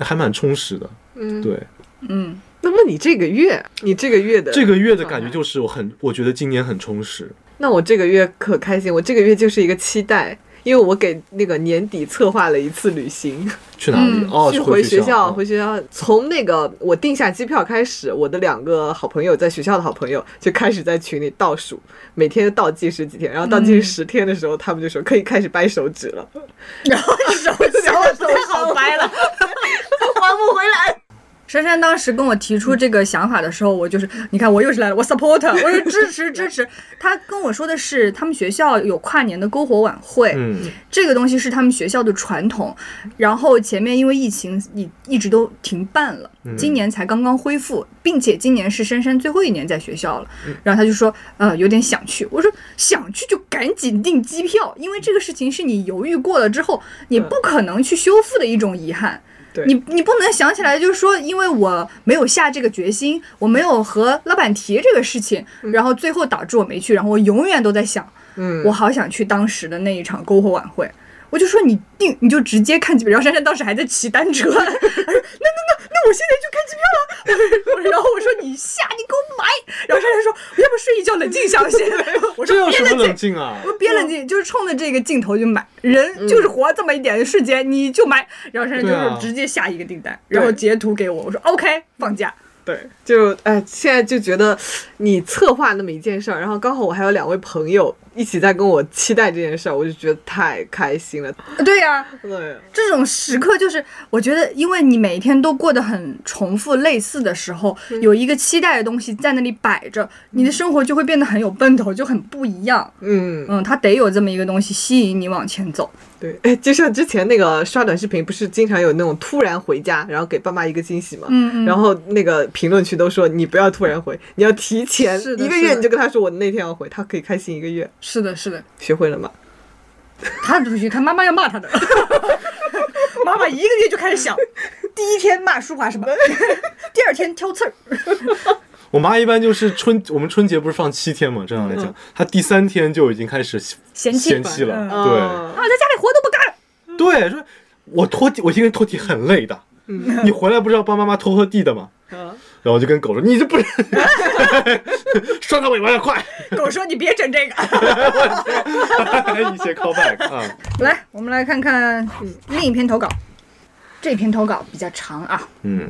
Speaker 2: 还蛮充实的，
Speaker 3: 嗯，
Speaker 2: 对。
Speaker 1: 嗯，
Speaker 3: 那么你这个月，你这个月的
Speaker 2: 这个月的感
Speaker 3: 状
Speaker 2: 觉
Speaker 3: 态
Speaker 2: 就是我很，我觉得今年很充实。
Speaker 3: 那我这个月可开心，我这个月就是一个期待，因为我给那个年底策划了一次旅行，
Speaker 2: 去哪里？
Speaker 1: 嗯
Speaker 2: 哦，
Speaker 3: 去
Speaker 2: 回
Speaker 3: 学校，
Speaker 2: 嗯
Speaker 3: 回学校。从那个我订下机票开始，我的两个好朋友在学校的好朋友就开始在群里倒数，每天倒计时几天，然后倒计时十天的时候，他们就说可以开始掰手指了。
Speaker 1: [LAUGHS] 然后手小手好白了，还不回来。珊珊当时跟我提出这个想法的时候，我就是，你看我又是来了，我 support，我说支持支持。她跟我说的是，他们学校有跨年的篝火晚会，
Speaker 2: 嗯，
Speaker 1: 这个东西是他们学校的传统。然后前面因为疫情一一直都停办了，今年才刚刚恢复，并且今年是珊珊最后一年在学校了。然后她就说，呃，有点想去。我说想去就赶紧订机票，因为这个事情是你犹豫过了之后，你不可能去修复的一种遗憾。
Speaker 3: 对
Speaker 1: 你你不能想起来，就是说，因为我没有下这个决心，我没有和老板提这个事情，然后最后导致我没去，然后我永远都在想，
Speaker 3: 嗯
Speaker 1: 我好想去当时的那一场篝火晚会。我就说你定，你就直接看机票。然后珊珊当时还在骑单车， [LAUGHS] 她说那那那那我现在就看机票了。我说然后我说你下，你给我买。然后珊珊说我要不睡一觉冷静想些。我
Speaker 2: 这
Speaker 1: 说
Speaker 2: 有
Speaker 1: 别
Speaker 2: 什么
Speaker 1: 冷静
Speaker 2: 冷，静啊？
Speaker 1: 我别冷静，就是冲着这个镜头就买。人就是活这么一点的瞬间，你就买。然后珊珊
Speaker 2: 对啊
Speaker 1: 就是直接下一个订单，然后
Speaker 3: 对
Speaker 1: 截图给我，我说 OK 放假。
Speaker 3: 对，就哎，现在就觉得你策划那么一件事儿，然后刚好我还有两位朋友一起在跟我期待这件事儿，我就觉得太开心了。
Speaker 1: 对呀、
Speaker 3: 对，
Speaker 1: 这种时刻就是，我觉得，因为你每天都过得很重复、类似的时候，有一个期待的东西在那里摆着，你的生活就会变得很有奔头，就很不一样。
Speaker 3: 嗯，
Speaker 1: 嗯，它得有这么一个东西吸引你往前走。
Speaker 3: 对，哎，就像之前那个刷短视频，不是经常有那种突然回家，然后给爸妈一个惊喜嘛。
Speaker 1: 嗯
Speaker 3: 然后那个评论区都说你不要突然回，你要提前
Speaker 1: 是的
Speaker 3: 一个
Speaker 1: 是
Speaker 3: 月
Speaker 1: 的
Speaker 3: 你就跟他说我那天要回，他可以开心一个月。
Speaker 1: 是的，是的，
Speaker 3: 学会了吗？
Speaker 1: 他出去，他妈妈要骂他的。妈妈一个 [LAUGHS] 月就开始想，第一天骂舒华什么，第二天挑刺儿。
Speaker 2: 我妈一般就是春，我们春节不是放七天嘛，正常来讲，她第三天就已经开始
Speaker 1: 嫌弃
Speaker 2: 嫌弃
Speaker 1: 嗯
Speaker 2: 了，对。
Speaker 3: 嗯
Speaker 1: 啊，在家里活都不干了。
Speaker 2: 对，说我拖地，我今天拖地很累的。
Speaker 3: 嗯
Speaker 2: 你回来不是要帮妈妈拖拖地的吗？
Speaker 3: 嗯
Speaker 2: 然后我就跟狗说：“你这不是 [LAUGHS] 拴它尾巴要快 [LAUGHS]
Speaker 1: 狗说：“你别整这个。！”
Speaker 2: 一些 callback 啊，”
Speaker 1: 来，我们来看看嗯另一篇投稿。这篇投稿比较长啊，
Speaker 2: 嗯，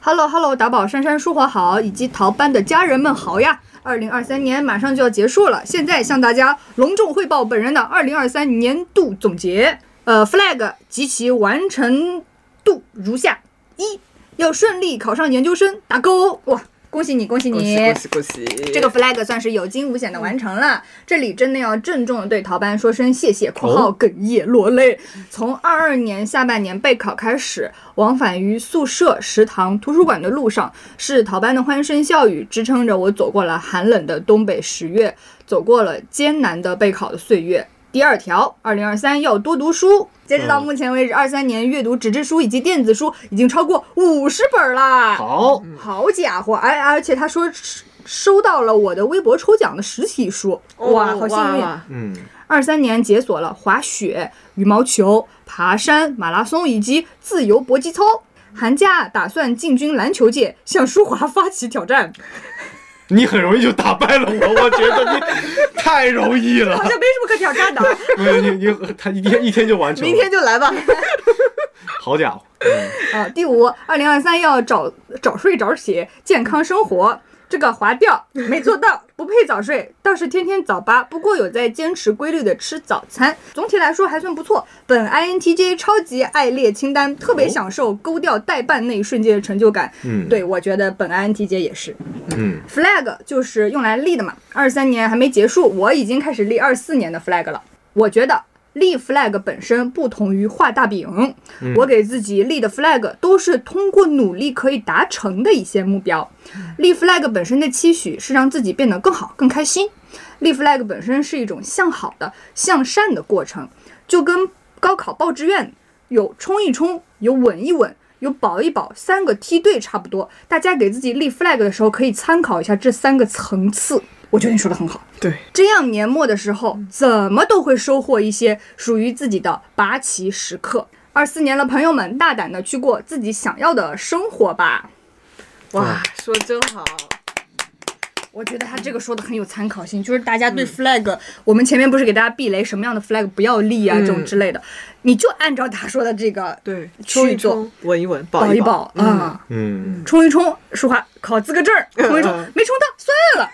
Speaker 1: Hello Hello，打宝珊珊舒华好，以及逃班的家人们好呀！二零二三年马上就要结束了，现在向大家隆重汇报本人的二零二三年度总结。呃，flag 及其完成度如下：一，要顺利考上研究生，打勾！哇，恭喜你，恭喜你！
Speaker 3: 恭喜恭喜恭喜！
Speaker 1: 这个 flag 算是有惊无险的完成了。这里真的要郑重的对逃班说声谢谢（括号哽咽落泪）。从二二年下半年备考开始，往返于宿舍、食堂、图书馆的路上，是逃班的欢声笑语支撑着我走过了寒冷的东北十月，走过了艰难的备考的岁月。第二条，二零二三要多读书。截止到
Speaker 2: 嗯
Speaker 1: 目前为止，二三年阅读纸质书以及电子书已经超过五十本啦。
Speaker 2: 好，
Speaker 1: 好家伙，哎，而且他说收收到了我的微博抽奖的实体书，哦哇，好幸运！
Speaker 3: 哦哇
Speaker 2: 嗯，
Speaker 1: 二三年解锁了滑雪、羽毛球、爬山、马拉松以及自由搏击操。寒假打算进军篮球界，向舒华发起挑战，
Speaker 2: 你很容易就打败了我， [LAUGHS] 我觉得你太容易了 [LAUGHS]
Speaker 1: 好。像没什么可挑战的。
Speaker 2: 没有你你他一天一天就完成了，
Speaker 3: 明天就来吧。
Speaker 2: 好家伙，嗯
Speaker 1: 啊，第五，二零二三要早早睡早起，健康生活。这个划掉，没做到，不配早睡，倒是天天早八。不过有在坚持规律的吃早餐，总体来说还算不错。本 INTJ 超级爱列清单，特别享受勾掉代办那一瞬间的成就感。
Speaker 2: 嗯
Speaker 1: 对我觉得本 INTJ 也是。
Speaker 2: 嗯，
Speaker 1: flag 就是用来立的嘛。二三年还没结束，我已经开始立二四年的 flag 了。我觉得立 flag 本身不同于画大饼，我给自己立的 flag 都是通过努力可以达成的一些目标。立 flag 本身的期许是让自己变得更好、更开心。立 flag 本身是一种向好的、向善的过程，就跟高考报志愿有冲一冲、有稳一稳、有保一保三个梯队差不多。大家给自己立 flag 的时候，可以参考一下这三个层次。我觉得你说的很好。
Speaker 3: 对，
Speaker 1: 这样年末的时候，怎么都会收获一些属于自己的拔旗时刻。二四年了，朋友们，大胆的去过自己想要的生活吧。
Speaker 3: 哇，哎说得真好。
Speaker 1: 我觉得他这个说的很有参考性，就是大家
Speaker 3: 嗯
Speaker 1: 对 flag，、我们前面不是给大家避雷什么样的 flag 不要立啊、这种之类的，你就按照他说的这个
Speaker 3: 嗯对，
Speaker 1: 去
Speaker 3: 冲
Speaker 1: 一
Speaker 3: 一
Speaker 1: 做
Speaker 3: 冲，闻一闻，
Speaker 1: 保
Speaker 3: 一
Speaker 1: 一保啊。
Speaker 2: 嗯，
Speaker 1: 冲一冲，舒华考资格证
Speaker 3: [LAUGHS]
Speaker 1: 儿，冲一冲
Speaker 3: 嗯，
Speaker 1: 没冲到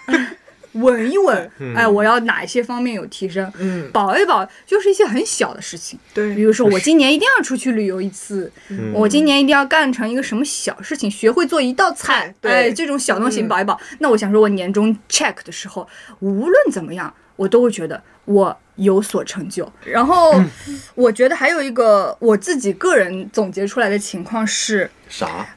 Speaker 1: 算
Speaker 3: [LAUGHS]
Speaker 1: 了，稳一稳。哎，我要哪一些方面有提升？
Speaker 3: 嗯
Speaker 1: 保一保，就是一些很小的事情，
Speaker 3: 对，
Speaker 1: 比如说我今年一定要出去旅游一次，
Speaker 2: 嗯
Speaker 1: 我今年一定要干成一个什么小事情，学会做一道菜
Speaker 3: 菜，对嗯
Speaker 1: 哎，这种小东西保一保。那我想说，我年终 check 的时候，无论怎么样，我都会觉得我有所成就。然后，
Speaker 3: 嗯
Speaker 1: 我觉得还有一个我自己个人总结出来的情况是，
Speaker 2: 啥？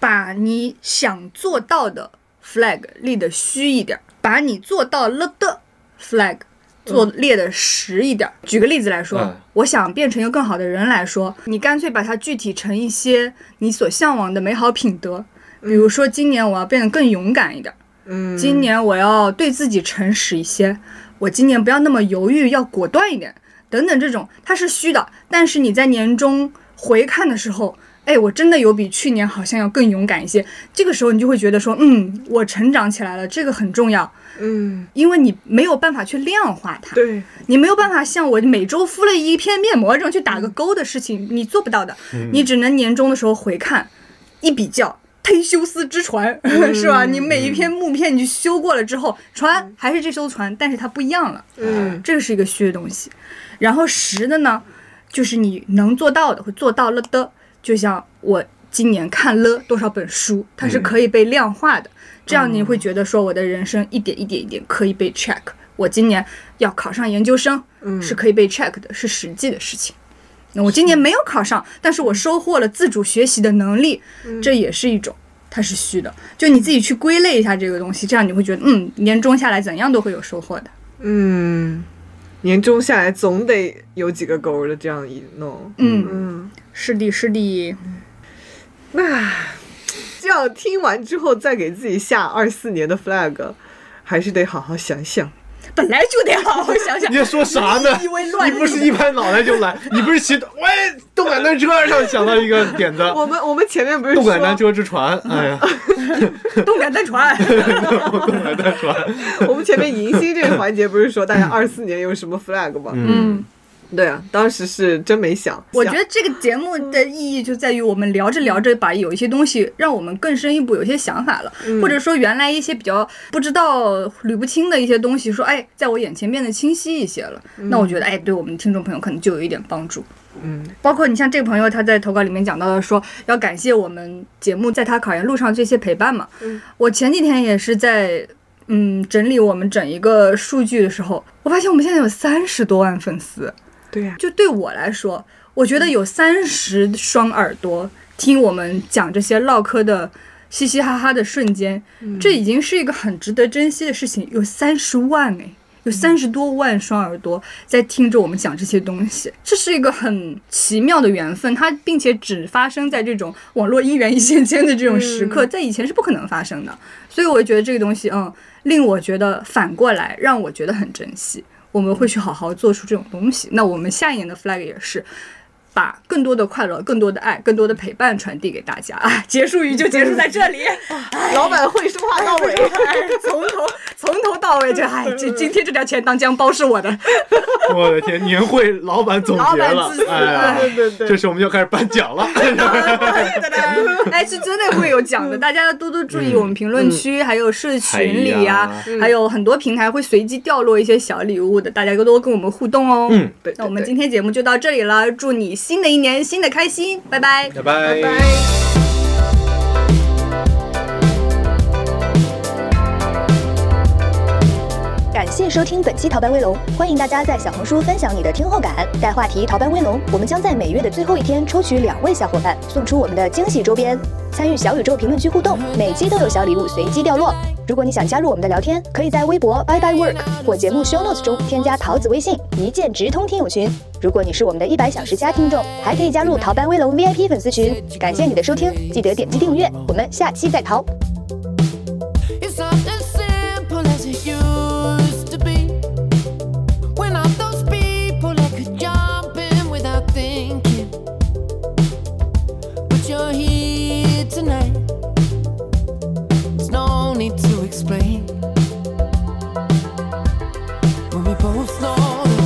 Speaker 1: 把你想做到的 flag 立得虚一点儿，把你做到了的 flag 做列得实一点儿。举个例子来说，
Speaker 2: 嗯
Speaker 1: 我想变成一个更好的人来说，你干脆把它具体成一些你所向往的美好品德。比如说，今年我要变得更勇敢一点儿，
Speaker 3: 嗯，
Speaker 1: 今年我要对自己诚实一些，我今年不要那么犹豫，要果断一点，等等，这种它是虚的，但是你在年终回看的时候。哎，我真的有比去年好像要更勇敢一些。这个时候你就会觉得说，嗯，我成长起来了，这个很重要，
Speaker 3: 嗯，
Speaker 1: 因为你没有办法去量化它，
Speaker 3: 对，
Speaker 1: 你没有办法像我每周敷了一片面膜这种去打个勾的事情，你做不到的。你只能年终的时候回看，一比较，忒修斯之船、 [LAUGHS] 是吧？你每一篇木片你去修过了之后，船还是这艘船，但是它不一样了。
Speaker 3: 嗯
Speaker 1: 这个是一个虚的东西。然后实的呢，就是你能做到的，会做到了的。就像我今年看了多少本
Speaker 3: 嗯
Speaker 1: 书，它是可以被量化
Speaker 3: 哦
Speaker 1: 的。这样你会觉得说，我的人生一点一点一点可以被 check。我今年要考上研究生，
Speaker 3: 嗯
Speaker 1: 是可以被 check 的，是实际的事情。那我今年没有考上，但是我收获了自主学习的能力，
Speaker 3: 嗯
Speaker 1: 这也是一种。它是虚的，就你自己去归类一下这个东西，这样你会觉得，嗯，年终下来怎样都会有收获的。
Speaker 3: 嗯，年终下来总得有几个勾的，这样一弄，
Speaker 1: 嗯，
Speaker 3: 嗯，
Speaker 1: 是的，是的。
Speaker 3: 那。既这样听完之后再给自己下二四年的 flag，还是得好好
Speaker 1: [LAUGHS]
Speaker 3: 想想。
Speaker 1: 本来就得好好想想。
Speaker 2: [LAUGHS] 你在说啥呢？
Speaker 1: 你以为 [LAUGHS] 乱
Speaker 2: 你不是一拍脑袋就
Speaker 1: [LAUGHS]
Speaker 2: 来，你不是骑喂动感单车上想到一个点子，
Speaker 3: 我们我们前面不是
Speaker 2: 动感单
Speaker 3: 说，
Speaker 2: 车之船，哎呀，
Speaker 1: 嗯动感单传，
Speaker 2: 动感
Speaker 1: [LAUGHS]
Speaker 2: 单船，
Speaker 3: 我们前面迎新这个环节不是说大家二四年有什么 flag 吗？
Speaker 2: [LAUGHS] 嗯，
Speaker 3: 对啊，当时是真没想。
Speaker 1: 我觉
Speaker 3: 想
Speaker 1: 得这个节目的意义就在于我们聊着聊着，把有一些东西让我们更深一步，有一些想法了，
Speaker 2: 嗯
Speaker 1: 或者说原来一些比较不知道捋不清的一些东西，说哎，在我眼前变得清晰一些了。
Speaker 2: 嗯
Speaker 1: 那我觉得哎，对我们听众朋友可能就有一点帮助。
Speaker 3: 嗯，
Speaker 1: 包括你像这个朋友，他在投稿里面讲到的说，要感谢我们节目在他考研路上这些陪伴嘛。
Speaker 3: 嗯
Speaker 1: 我前几天也是在嗯整理我们整一个数据的时候，我发现我们现在有三十多万粉丝。
Speaker 3: 对啊呀、
Speaker 1: 就对我来说，我觉得有三十双耳朵听我们讲这些唠嗑的嘻嘻哈哈的瞬间，这已经是一个很值得珍惜的事情。有三十万哎，有三十多万双耳朵在听着我们讲这些东西，这是一个很奇妙的缘分。它并且只发生在这种网络姻缘一线间的这种时刻，在以前是不可能发生的。所以我觉得这个东西，嗯，令我觉得反过来让我觉得很珍惜。我们会去好好做出这种东西。那我们下一年的 flag 也是。把更多的快乐、更多的爱、更多的陪伴传递给大家啊！结束语就结束在这里，
Speaker 3: 老板会说话到
Speaker 1: [LAUGHS]
Speaker 3: 尾。
Speaker 1: 哎从头从头到尾，这哎，这今天这条钱当浆包是我的，
Speaker 2: 我的天，年会老板总结
Speaker 1: 老
Speaker 2: 了
Speaker 1: 板自，己
Speaker 2: 哎呀，
Speaker 3: 对对对
Speaker 2: 这时候我们要开始颁奖了，
Speaker 1: 哎，是真的会有奖的，大家要多多注意我们评论区，还有社群里呀、
Speaker 2: 哎呀
Speaker 1: 还有很多平台会随机掉落一些小礼物的，大家多多跟我们互动哦。
Speaker 2: 嗯，
Speaker 3: 对对
Speaker 1: 那我们
Speaker 3: 对
Speaker 1: 今天节目就到这里了，祝你新的一年新的开心，拜拜。
Speaker 2: 拜拜
Speaker 3: 拜。
Speaker 5: 感谢收听本期《逃班威龙》，欢迎大家在小红书分享你的听后感，带话题“逃班威龙”，我们将在每月的最后一天抽取两位小伙伴，送出我们的惊喜周边。参与小宇宙评论区互动，每期都有小礼物随机掉落。如果你想加入我们的聊天，可以在微博 Bye Bye Work 或节目 Show Notes 中添加桃子微信，一键直通听友群。如果你是我们的一百小时加听众，还可以加入《逃班威龙》VIP 粉丝群。感谢你的收听，记得点击订阅，我们下期再逃。
Speaker 4: It's not as simple as it used to be. We're not those people that could jump in without thinking. But you're here tonight. There's no need to explain. When we both know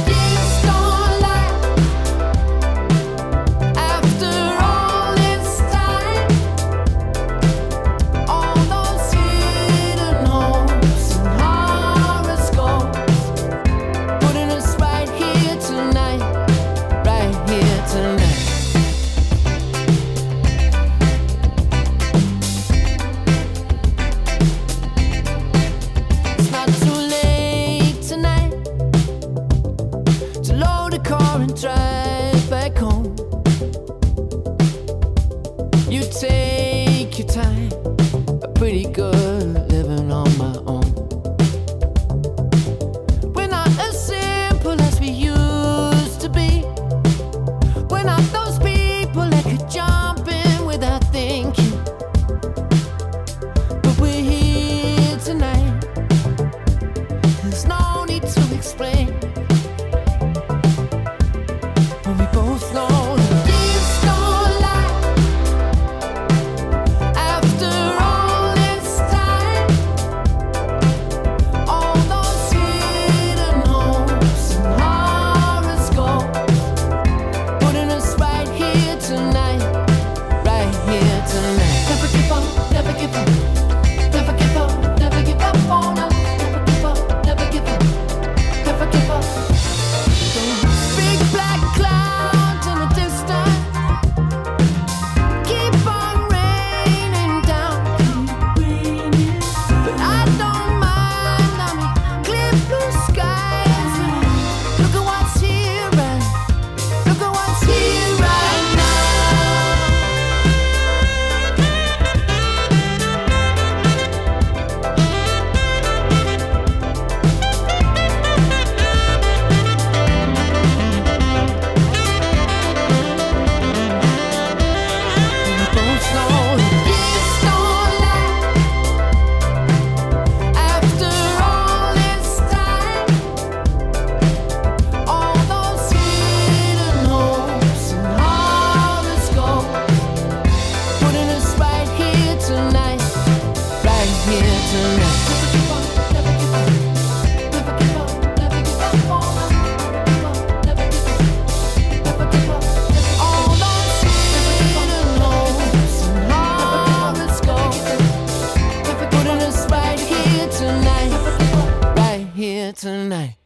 Speaker 4: that it's gonna last. After all this time. All those hidden hopes and horoscopes putting us right here tonight, right here tonight. It's not too late tonight to load the car and drive back home. You take your time pretty good living on my own. We're not as simple as we used to be. We're not those people that could jump in without thinking. But we're here tonight. There's no need to explain. When we both know that it's gonna last. After all this time, tonight, right here tonight.